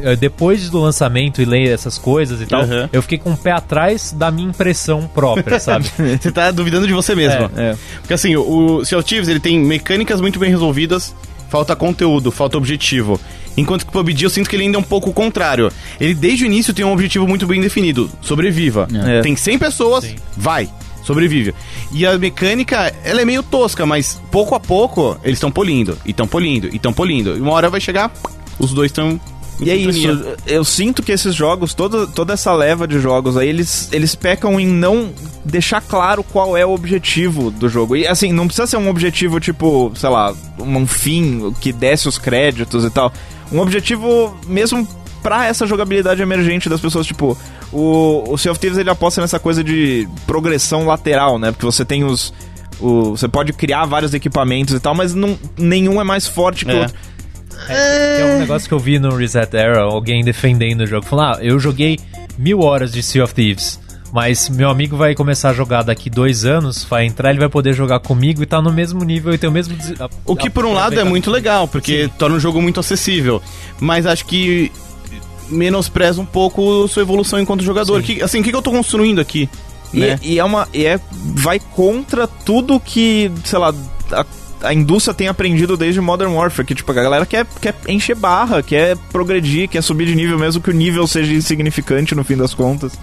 é, depois do lançamento e ler essas coisas e tal,
Uhum.
eu fiquei com o pé atrás da minha impressão própria, sabe?
Você tá duvidando de você mesmo.
É.
Porque assim, o o Sea of Thieves, ele tem mecânicas muito bem resolvidas, falta conteúdo, falta objetivo. Enquanto que o PUBG eu sinto que ele ainda é um pouco o contrário. Ele desde o início tem um objetivo muito bem definido, sobreviva.
É.
Tem 100 pessoas,
Sim.
vai, sobrevive. E a mecânica, ela é meio tosca, mas pouco a pouco eles estão polindo, e estão polindo, e estão polindo. E uma hora vai chegar, os dois estão...
E é isso. Eu sinto que esses jogos, toda, toda essa leva de jogos aí, eles, eles pecam em não deixar claro qual é o objetivo do jogo. E assim, não precisa ser um objetivo tipo, sei lá, um um fim que desce os créditos e tal. Um objetivo mesmo pra essa jogabilidade emergente das pessoas, tipo, o, o Sea of Thieves ele aposta nessa coisa de progressão lateral, né? Porque você tem os. o- você pode criar vários equipamentos e tal, mas não, nenhum é mais forte que o
É.
outro.
Que é um negócio que eu vi no Reset Era, alguém defendendo o jogo. Falando, ah, eu joguei mil horas de Sea of Thieves, mas meu amigo vai começar a jogar daqui dois anos, vai entrar, ele vai poder jogar comigo e tá no mesmo nível e tem o mesmo... des- a-
O que por um lado é muito legal, porque torna o jogo muito acessível. Mas acho que menospreza um pouco sua evolução enquanto jogador. Que, assim, o que, que eu tô construindo aqui?
E,
né?
e é uma. E é, vai contra tudo que, sei lá, a, a indústria tem aprendido desde Modern Warfare. Que, tipo, a galera quer, quer encher barra, quer progredir, quer subir de nível, mesmo que o nível seja insignificante no fim das contas.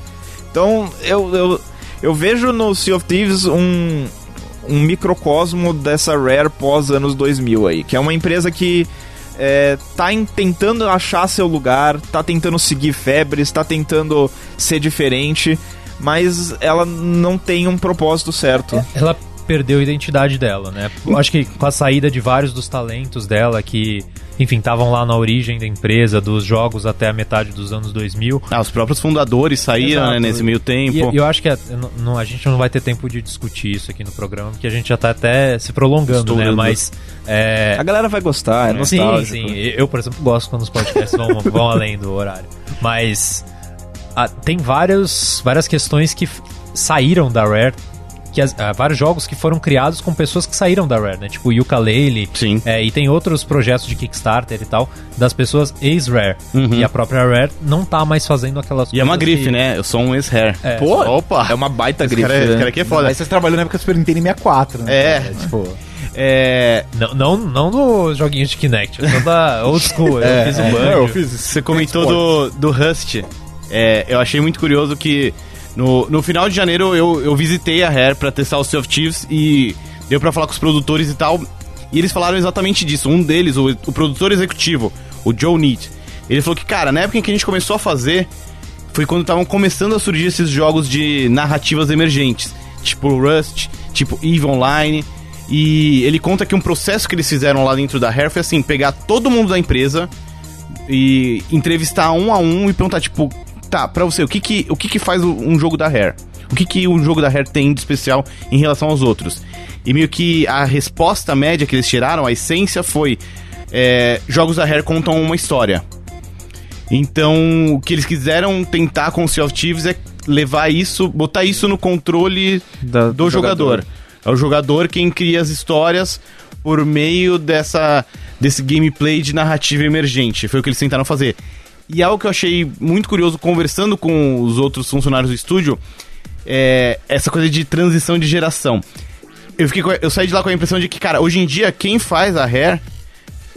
Então, eu, eu, eu vejo no Sea of Thieves um, um microcosmo dessa Rare pós anos 2000 aí, que é uma empresa que é, tá em- tentando achar seu lugar, tá tentando seguir febres, tá tentando ser diferente, mas ela não tem um propósito certo.
Ela perdeu a identidade dela, né? Eu acho que com a saída de vários dos talentos dela que, enfim, estavam lá na origem da empresa, dos jogos até a metade dos anos 2000.
Ah, os próprios fundadores saíram né,
Exato.
nesse meio
E
tempo.
eu acho que a, eu não- não- a gente não vai ter tempo de discutir isso aqui no programa, porque a gente já tá até se prolongando, né?
Estourando.
Mas é,
A galera vai gostar, é
Sim,
nostálgico.
sim. Eu, por exemplo, gosto quando os podcasts vão, vão além do horário. Mas ah, tem vários, várias questões que f- saíram da Rare. Que as- ah, vários jogos que foram criados com pessoas que saíram da Rare, né? Tipo o Yuka Lele.
Sim.
e é tem outros projetos de Kickstarter e tal, das pessoas ex-Rare.
Uhum.
E a própria Rare não tá mais fazendo aquelas
E é uma
coisas
grife,
que-
né? Eu sou um ex-hair.
assim- É.
Pô, opa!
É uma baita
esse,
grife.
cara, esse
né?
cara aqui é foda.
Mas vocês trabalham na época do Super Nintendo 64, né?
É.
cara? Tipo,
É,
Não, não, não dos joguinhos de Kinect, eu sou da old school. é, Eu
É,
fiz um o banjo.
Você comentou do, do Rust. É, eu achei muito curioso que no, no final de janeiro eu, eu visitei a Rare pra testar o Sea of Thieves e deu pra falar com os produtores e tal. E eles falaram exatamente disso. Um deles, o, o produtor executivo, o Joe Neat, ele falou que, cara, na época em que a gente começou a fazer, foi quando estavam começando a surgir esses jogos de narrativas emergentes, tipo Rust, tipo EVE Online. E ele conta que um processo que eles fizeram lá dentro da Rare foi assim: pegar todo mundo da empresa, e entrevistar um a um e perguntar, tipo, tá, pra você, o que que, o que, que faz o- um jogo da Rare? O que que um jogo da Rare tem de especial em relação aos outros? E meio que a resposta média que eles tiraram, a essência foi: é, jogos da Rare contam uma história. Então, o que eles quiseram tentar com o Sea of Thieves é levar isso, botar isso no controle
Da-
do jogador. É o jogador quem cria as histórias por meio dessa desse gameplay de narrativa emergente. Foi o que eles tentaram fazer. E algo que eu achei muito curioso conversando com os outros funcionários do estúdio é essa coisa de transição de geração. Eu, fiquei com a- eu saí de lá com a impressão de que, cara, hoje em dia quem faz a Rare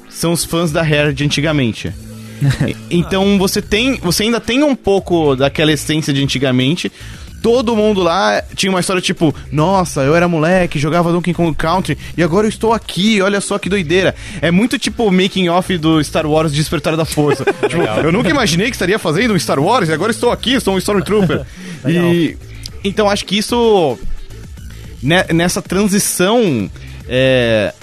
são os fãs da Rare de antigamente. E- então você tem, você ainda tem um pouco daquela essência de antigamente. Todo mundo lá tinha uma história tipo, nossa, eu era moleque, jogava Donkey Kong Country e agora eu estou aqui, olha só que doideira. É muito tipo o making off do Star Wars Despertar da Força. Tipo, eu nunca imaginei que estaria fazendo um Star Wars e agora estou aqui, sou um Stormtrooper. e então acho que isso ne- nessa transição é,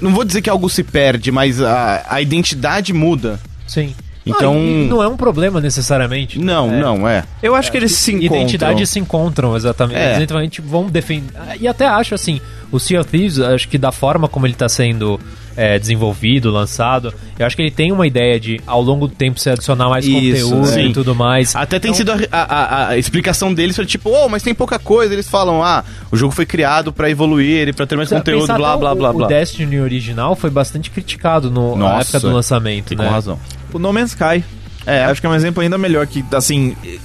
não vou dizer que algo se perde, mas a, a identidade muda.
Sim.
Então-
Ah, e não é um problema necessariamente.
Não, não, é.
Eu acho que eles se encontram.
identidades se encontram, exatamente.
É.
Eles exatamente vão defender. E até acho assim, o Sea of Thieves, acho que da forma como ele está sendo é, desenvolvido, lançado, eu acho que ele tem uma ideia de ao longo do tempo se adicionar mais
Isso,
conteúdo
sim. Ah,
e tudo mais.
Até tem sido a, a- a- a explicação deles foi tipo, oh, mas tem pouca coisa. Eles falam, ah, o jogo foi criado pra evoluir e pra ter mais
Precisa
conteúdo,
pensar,
blá,
até
blá,
o-
blá,
O
blá.
Destiny original foi bastante criticado no, na
Nossa.
época do lançamento,
E
né?
com razão.
O No Man's Sky. É, acho que é um exemplo ainda melhor que, assim, eh,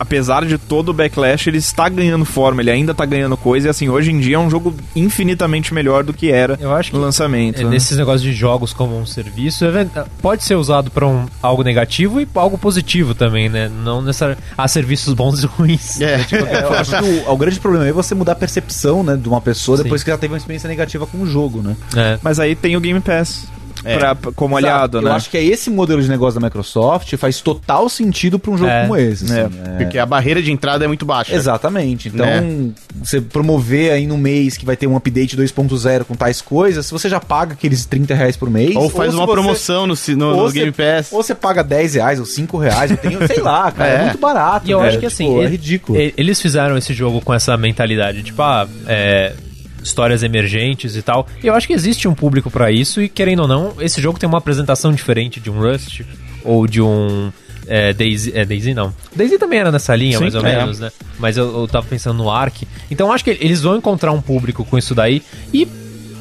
apesar de todo o backlash, ele está ganhando forma, ele ainda está ganhando coisa, e assim, hoje em dia é um jogo infinitamente melhor do que era
Eu acho que
no lançamento.
É,
né?
nesses negócios de jogos como um serviço, even- pode ser usado pra um, algo negativo e pra algo positivo também, né? Não necessariamente. Há serviços bons e ruins.
É.
é, eu acho que o, o grande problema é você mudar a percepção né, de uma pessoa
Sim.
depois que ela teve uma experiência negativa com o jogo, né?
É.
Mas aí tem o Game Pass
É.
pra- pra- como aliado,
eu
né?
acho que é esse modelo de negócio da Microsoft faz total sentido pra um jogo
É.
como esse. assim, é.
Porque a barreira de entrada é muito baixa.
Exatamente. Então,
Né?
você promover aí no mês que vai ter um update 2.0 com tais coisas, se você já paga aqueles 30 reais por mês.
Ou faz
se
uma
você-
promoção no, si- no,
ou
no
você-
Game Pass.
Ou você paga 10 reais ou 5 reais, eu tenho, sei lá, cara. É,
É.
muito barato.
E eu
velho,
acho que assim.
tipo, é
ele-
ridículo.
e- Eles fizeram esse jogo com essa mentalidade, tipo, ah, é, histórias emergentes e tal. E eu acho que existe um público pra isso, e querendo ou não, esse jogo tem uma apresentação diferente de um Rust ou de um. É, Daisy, é, Daisy não. Daisy também era nessa linha,
Sim,
mais ou
é.
menos, né? Mas eu, eu tava pensando no Ark. Então acho que eles vão encontrar um público com isso daí. E,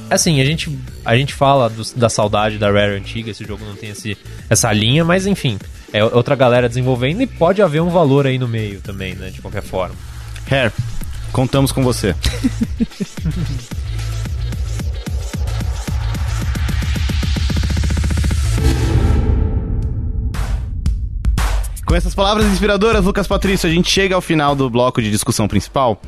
assim, a gente, a gente fala dos- da saudade da Rare antiga, esse jogo não tem esse, essa linha, mas enfim, é outra galera desenvolvendo e pode haver um valor aí no meio também, né? De qualquer forma.
Hair, contamos com você. Com essas palavras inspiradoras, Lucas Patrício, a gente chega ao final do bloco de discussão principal.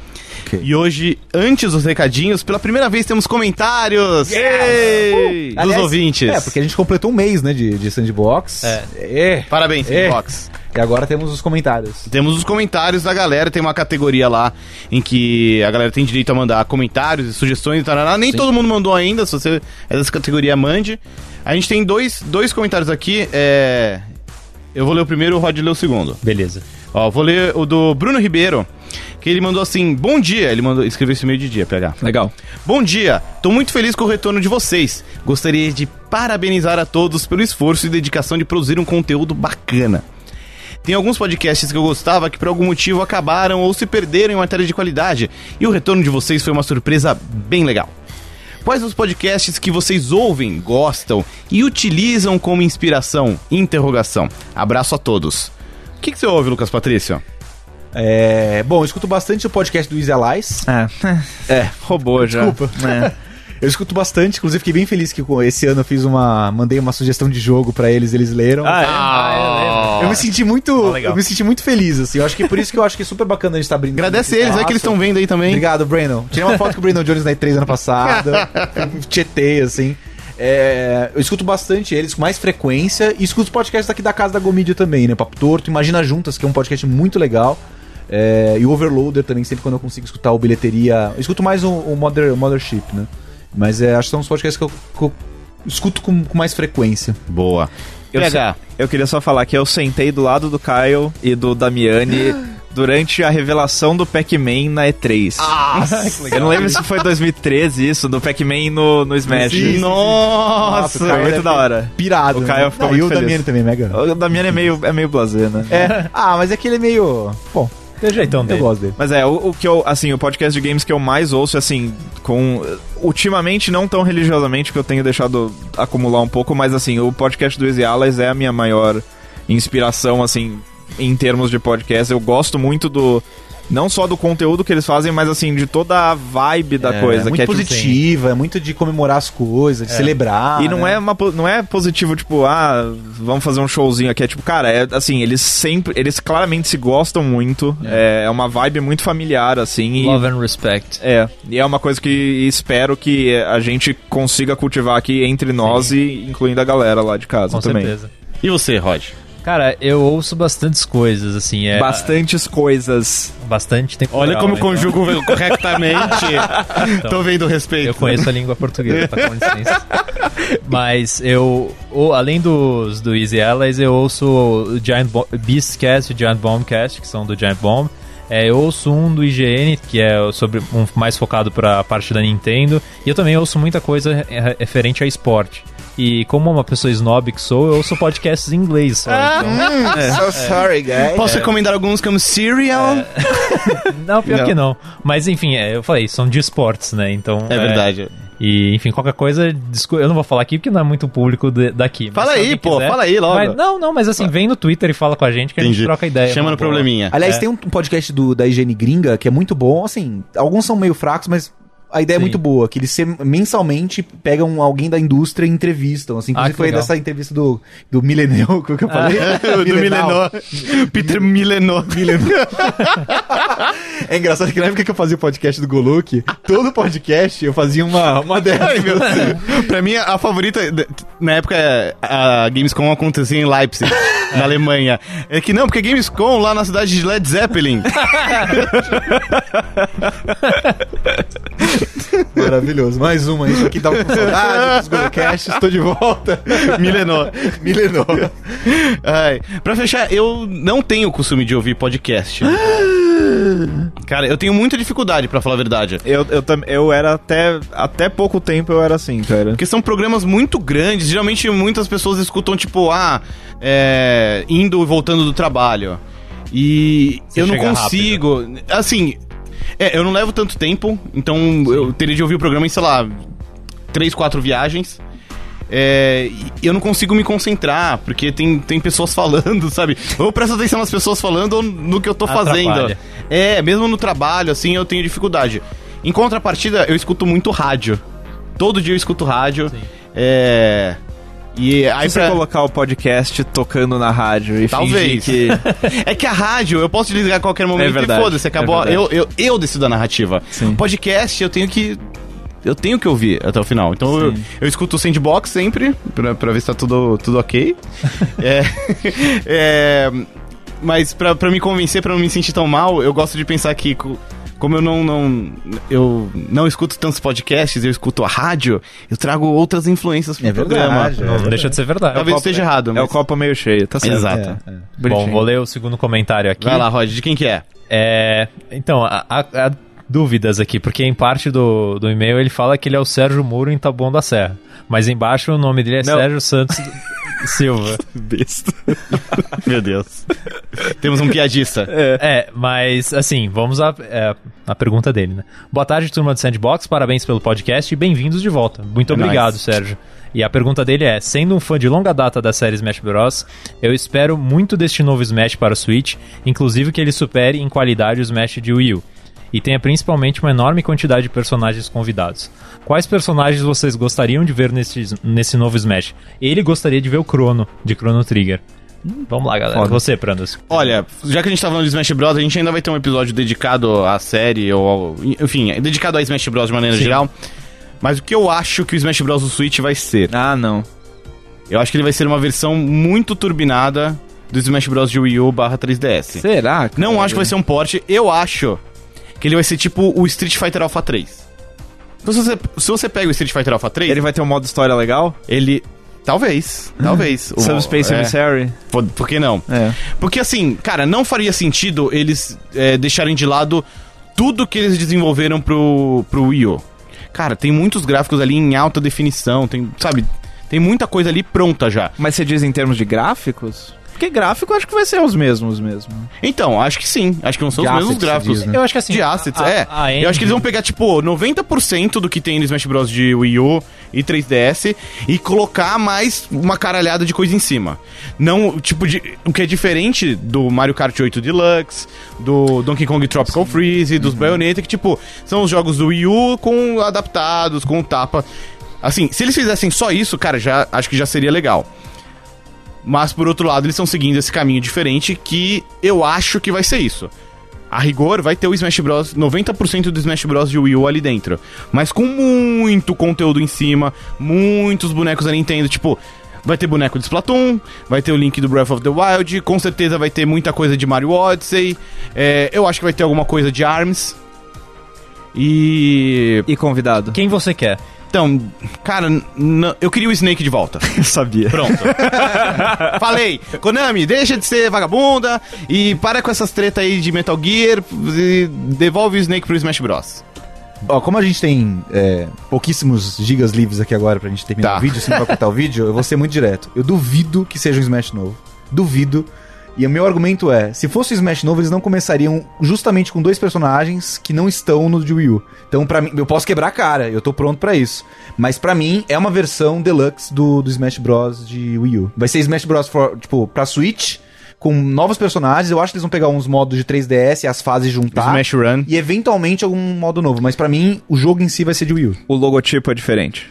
Ok.
E hoje, antes dos recadinhos, pela primeira vez temos comentários Yay! dos
Aliás,
ouvintes.
É, porque a gente completou um mês, né, de, de sandbox.
É.
É.
Parabéns,
É.
Fox.
E agora temos os comentários.
Temos os comentários da galera, tem uma categoria lá em que a galera tem direito a mandar comentários e sugestões e tarará. Nem todo mundo mandou ainda, se você é dessa categoria, mande. A gente tem dois, dois comentários aqui, é... Eu vou ler o primeiro, o Rod lê o segundo.
Beleza.
Ó, vou ler o do Bruno Ribeiro, que ele mandou assim, bom dia, ele mandou, escreveu esse meio de dia, PH.
Legal.
Bom dia, tô muito feliz com o retorno de vocês. Gostaria de parabenizar a todos pelo esforço e dedicação de produzir um conteúdo bacana. Tem alguns podcasts que eu gostava que por algum motivo acabaram ou se perderam em matéria de qualidade, e o retorno de vocês foi uma surpresa bem legal. Quais os podcasts que vocês ouvem, gostam e utilizam como inspiração? Interrogação. Abraço a todos. O que, que você ouve, Lucas Patrício?
É, bom, eu escuto bastante o podcast do Easy Allies.
É,
É,
roubou já.
Desculpa.
É.
Eu escuto bastante, inclusive fiquei bem feliz que com- esse ano eu fiz uma. Mandei uma sugestão de jogo pra eles, eles leram.
Ah, é?
eu me senti muito.
Ah, legal.
eu me senti muito feliz, assim. Eu acho que por isso que eu acho que é super bacana a gente estar tá brincando.
Agradece eles, é que eles estão vendo aí também.
Obrigado, Brandon. Tirei uma foto com o Brandon Jones na E3 ano passado. Tietei, assim. É, eu escuto bastante eles com mais frequência e escuto podcasts daqui da casa da Gomídia também, né? Papo Torto, Imagina Juntas, que é um podcast muito legal. É, e o Overloader também, sempre quando eu consigo escutar o Bilheteria. Eu escuto mais o, o Mother, o Mothership, né? Mas é, acho que são os podcasts que eu, que eu escuto com, com mais frequência.
Boa.
Eu
PH.
se- Eu queria só falar que eu sentei do lado do Caio e do Damiani durante a revelação do Pac-Man na E3.
Ah,
eu não lembro se foi 2013 isso, do Pac-Man no, no Smash.
Nossa!
Foi muito da hora.
Pirado.
O
né?
Caio ficou
Ah,
muito
E o
feliz.
Damiano também, mega.
O Damiani é meio, é meio blasé, né?
É. Ah, mas é que ele é meio. Bom,
Tem um jeitão
eu
dele.
gosto dele.
Mas é, o, o que eu, assim, o podcast de games que eu mais ouço, assim, com. Ultimamente, não tão religiosamente, porque eu tenho deixado acumular um pouco, mas assim, o podcast do Easy Allies é a minha maior inspiração, assim, em termos de podcast. Eu gosto muito do. Não só do conteúdo que eles fazem, mas assim, de toda a vibe da
É,
coisa.
muito
que é, tipo,
positiva, é muito de comemorar as coisas, de celebrar.
e não
né?
é, uma, po- não é positivo, tipo, ah, vamos fazer um showzinho aqui. É tipo, cara, é assim, eles sempre. Eles claramente se gostam muito. É, é uma vibe muito familiar, assim. e-
Love and respect.
é, e é uma coisa que espero que a gente consiga cultivar aqui entre nós e incluindo a galera lá de casa
Com
também.
certeza.
E você, Rod?
Cara, eu ouço bastantes coisas, assim, é
Bastantes coisas.
bastante tempo.
Olha como eu
então.
conjugo corretamente. Tô vendo o respeito.
Eu conheço a língua portuguesa, tá com licença. Mas eu, o- além dos do Easy Allies, eu ouço o Giant Bo Beastcast e o Giant Bombcast, que são do Giant Bomb. É, eu ouço um do IGN, que é o sobre um mais focado para a parte da Nintendo. E eu também ouço muita coisa re- re- referente a esporte. E como uma pessoa snob que sou, eu ouço podcasts em inglês só.
Ah!
Então,
So sorry, guys.
Posso recomendar alguns como Serial?
não, pior
Não.
que não. Mas enfim, é, eu falei, são de esportes, né? Então.
É, verdade.
E, enfim, qualquer coisa, discu- eu não vou falar aqui porque não é muito público de- daqui. mas
Fala
se
aí,
alguém
pô, fala aí logo.
Mas- não, não, mas assim, vem no Twitter e fala com a gente que a gente troca ideia. é
Chama
Uma
no
boa.
probleminha.
Aliás, tem um podcast do, da Higiene Gringa que é muito bom. Assim, alguns são meio fracos, mas a ideia é
Sim.
muito boa. Que eles sem- mensalmente pegam alguém da indústria e entrevistam. Assim, inclusive
que
foi
legal.
dessa entrevista do, do Milenio, como que eu falei?
do Milenor. Peter Milenor.
É engraçado que na época que eu fazia o podcast do Goluk, todo podcast eu fazia uma, uma dessas.
Ai, meu Deus. Pra mim, a favorita. de- Na época, é a Gamescom acontecia em Leipzig, na Alemanha. É que não, porque Gamescom lá na cidade de Led Zeppelin.
Maravilhoso. Mais uma aí, isso aqui tava com saudade dos Golocasts. Estou de volta.
Milenor.
Milenor.
Ai, pra fechar, eu não tenho o costume de ouvir podcast. Cara, eu tenho muita dificuldade, pra falar a verdade.
Eu, eu, tam- eu era até, até pouco tempo eu era assim, cara.
Porque são programas muito grandes. Geralmente muitas pessoas escutam, tipo, ah, é, indo e voltando do trabalho. E
Você
eu não
chega
consigo. Assim, é, eu não levo tanto tempo, então eu teria de ouvir o programa em, sei lá, três, quatro viagens. É, e eu não consigo me concentrar, porque tem, tem pessoas falando, sabe? Ou eu presto atenção nas pessoas falando ou no que eu tô
Atrapalha.
fazendo. É, mesmo no trabalho, assim, eu tenho dificuldade. Em contrapartida, eu escuto muito rádio. Todo dia eu escuto rádio. É. E aí
Se você
pra...
colocar o podcast tocando na rádio e
Talvez.
fingir que. É
É que a rádio eu posso desligar a qualquer momento
verdade,
e foda-se, acabou.
é verdade.
eu, eu, eu decido a narrativa.
Sim.
Podcast eu tenho que. Eu tenho que ouvir até o final. Então eu,
Sim.
eu escuto o sandbox sempre, pra, pra ver se tá tudo, tudo ok. é, é, mas pra, pra me convencer, pra não me sentir tão mal, eu gosto de pensar que. co- Como eu não, não. Eu não escuto tantos podcasts, eu escuto a rádio, eu trago outras influências pro
É
programa.
verdade,
Não, não deixa de ser verdade.
Talvez
copo,
esteja
né?
errado,
É o copo meio cheio, tá certo.
Exato.
É, é.
Bom,
Bonitinho.
vou ler o segundo comentário aqui.
Vai lá, Rod, de quem que é?
É, então, há- há há dúvidas aqui, porque em parte do, do e-mail ele fala que ele é o Sérgio Muro em Taboão da Serra. Mas embaixo o nome dele é
Não.
Sérgio Santos Silva.
Besta. Meu Deus. Temos um piadista.
É, mas assim, vamos à é, à pergunta dele, né? Boa tarde, turma do Sandbox, parabéns pelo podcast e bem-vindos de volta. Muito
É nóis.
obrigado, Sérgio. E a pergunta dele é: sendo um fã de longa data da série Smash Bros., eu espero muito deste novo Smash para o Switch, inclusive que ele supere em qualidade o Smash de Wii U. E tenha principalmente uma enorme quantidade de personagens convidados. Quais personagens vocês gostariam de ver nesse, nesse novo Smash? Ele gostaria de ver o Chrono, de Chrono Trigger. Hum, Vamos lá, galera.
Foda.
Você, Prandas.
Olha, já que a gente tá falando de Smash Bros, a gente ainda vai ter um episódio dedicado à série, ou ao, enfim, é dedicado a Smash Bros de maneira
Sim.
geral. Mas o que eu acho que o Smash Bros do Switch vai ser?
Ah, não.
Eu acho que ele vai ser uma versão muito turbinada do Smash Bros de Wii U barra 3DS.
Será? cara?
Não acho que vai ser um porte, eu acho que ele vai ser tipo o Street Fighter Alpha 3. Então, se você, se você pega o Street Fighter Alpha 3,
Ele
ele...
vai ter um modo história legal?
talvez, talvez. O-
Subspace
é,
Emissary?
por- por que não?
É.
Porque assim, cara, não faria sentido eles é, deixarem de lado tudo que eles desenvolveram pro, pro Wii U. Cara, tem muitos gráficos ali em alta definição, tem, sabe? Tem muita coisa ali pronta já.
Mas você diz em termos de gráficos? Porque gráfico eu acho que vai ser os mesmos mesmo.
Então, acho que sim. Acho que não são
De
os mesmos
assets,
gráficos.
você diz, né?
Eu acho que assim.
De assets,
a-
é.
a- a
Eu acho que eles
engine-
vão pegar, tipo, 90% do que tem no Smash Bros. de Wii U e 3DS e colocar mais uma caralhada de coisa em cima. Não, tipo, de, o que é diferente do Mario Kart 8 Deluxe, do Donkey Kong Tropical Freeze,
Uhum.
dos Bayonetta, que, tipo, são os jogos do Wii U com adaptados, com tapa. Assim, se eles fizessem só isso, cara, já acho que já seria legal. Mas por outro lado, eles estão seguindo esse caminho diferente que eu acho que vai ser isso. A rigor vai ter o Smash Bros, 90% do Smash Bros de Wii U ali dentro, mas com muito conteúdo em cima, muitos bonecos da Nintendo, tipo Vai ter boneco de Splatoon, vai ter o Link do Breath of the Wild, com certeza vai ter muita coisa de Mario Odyssey, é, eu acho que vai ter alguma coisa de ARMS. E.
E convidado?
Quem você quer?
Então, cara, n- eu queria o Snake de volta.
Eu sabia.
Pronto. Falei, Konami, deixa de ser vagabunda e para com essas treta aí de Metal Gear e devolve o Snake pro Smash Bros.
Ó, como a gente tem é, pouquíssimos gigas livres aqui agora pra gente terminar
Tá.
o vídeo, se não vai cortar o vídeo, eu vou ser muito direto. Eu duvido que seja um Smash novo. Duvido. E o meu argumento é, se fosse um Smash novo, eles não começariam justamente com dois personagens que não estão no de Wii U. Então, pra mim, eu posso quebrar a cara, eu tô pronto pra isso. Mas pra mim, é uma versão deluxe do, do Smash Bros. de Wii U. Vai ser Smash Bros. For, tipo, pra Switch, com novos personagens. Eu acho que eles vão pegar uns modos de 3DS e as fases juntar
Smash Run.
e eventualmente algum modo novo. Mas pra mim, o jogo em si vai ser de Wii U.
O logotipo é diferente.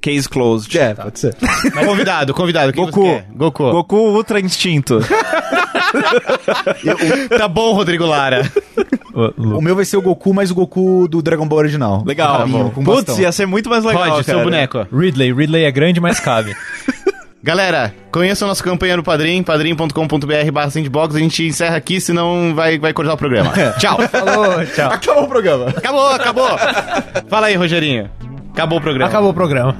Case closed.
É, pode ser.
Tá Convidado, convidado. quem
Goku.
você quer? Goku.
Goku Ultra Instinto.
Tá bom, Rodrigo Lara.
Ô, Lu-
O meu vai ser o Goku, mas o Goku do Dragon Ball original.
Legal.
Rabinho, com
Putz,
bastão.
ia ser muito mais legal,
Rod, seu
cara.
boneco.
Ridley, Ridley é grande, mas cabe.
Galera, conheçam nossa campanha no Padrim, padrim.com.br barra sandbox. A gente encerra aqui, senão vai, vai cortar o programa. Tchau.
Falou, tchau.
Acabou o programa.
Acabou, acabou. Fala aí, Rogerinho. Acabou o programa.
Acabou o programa.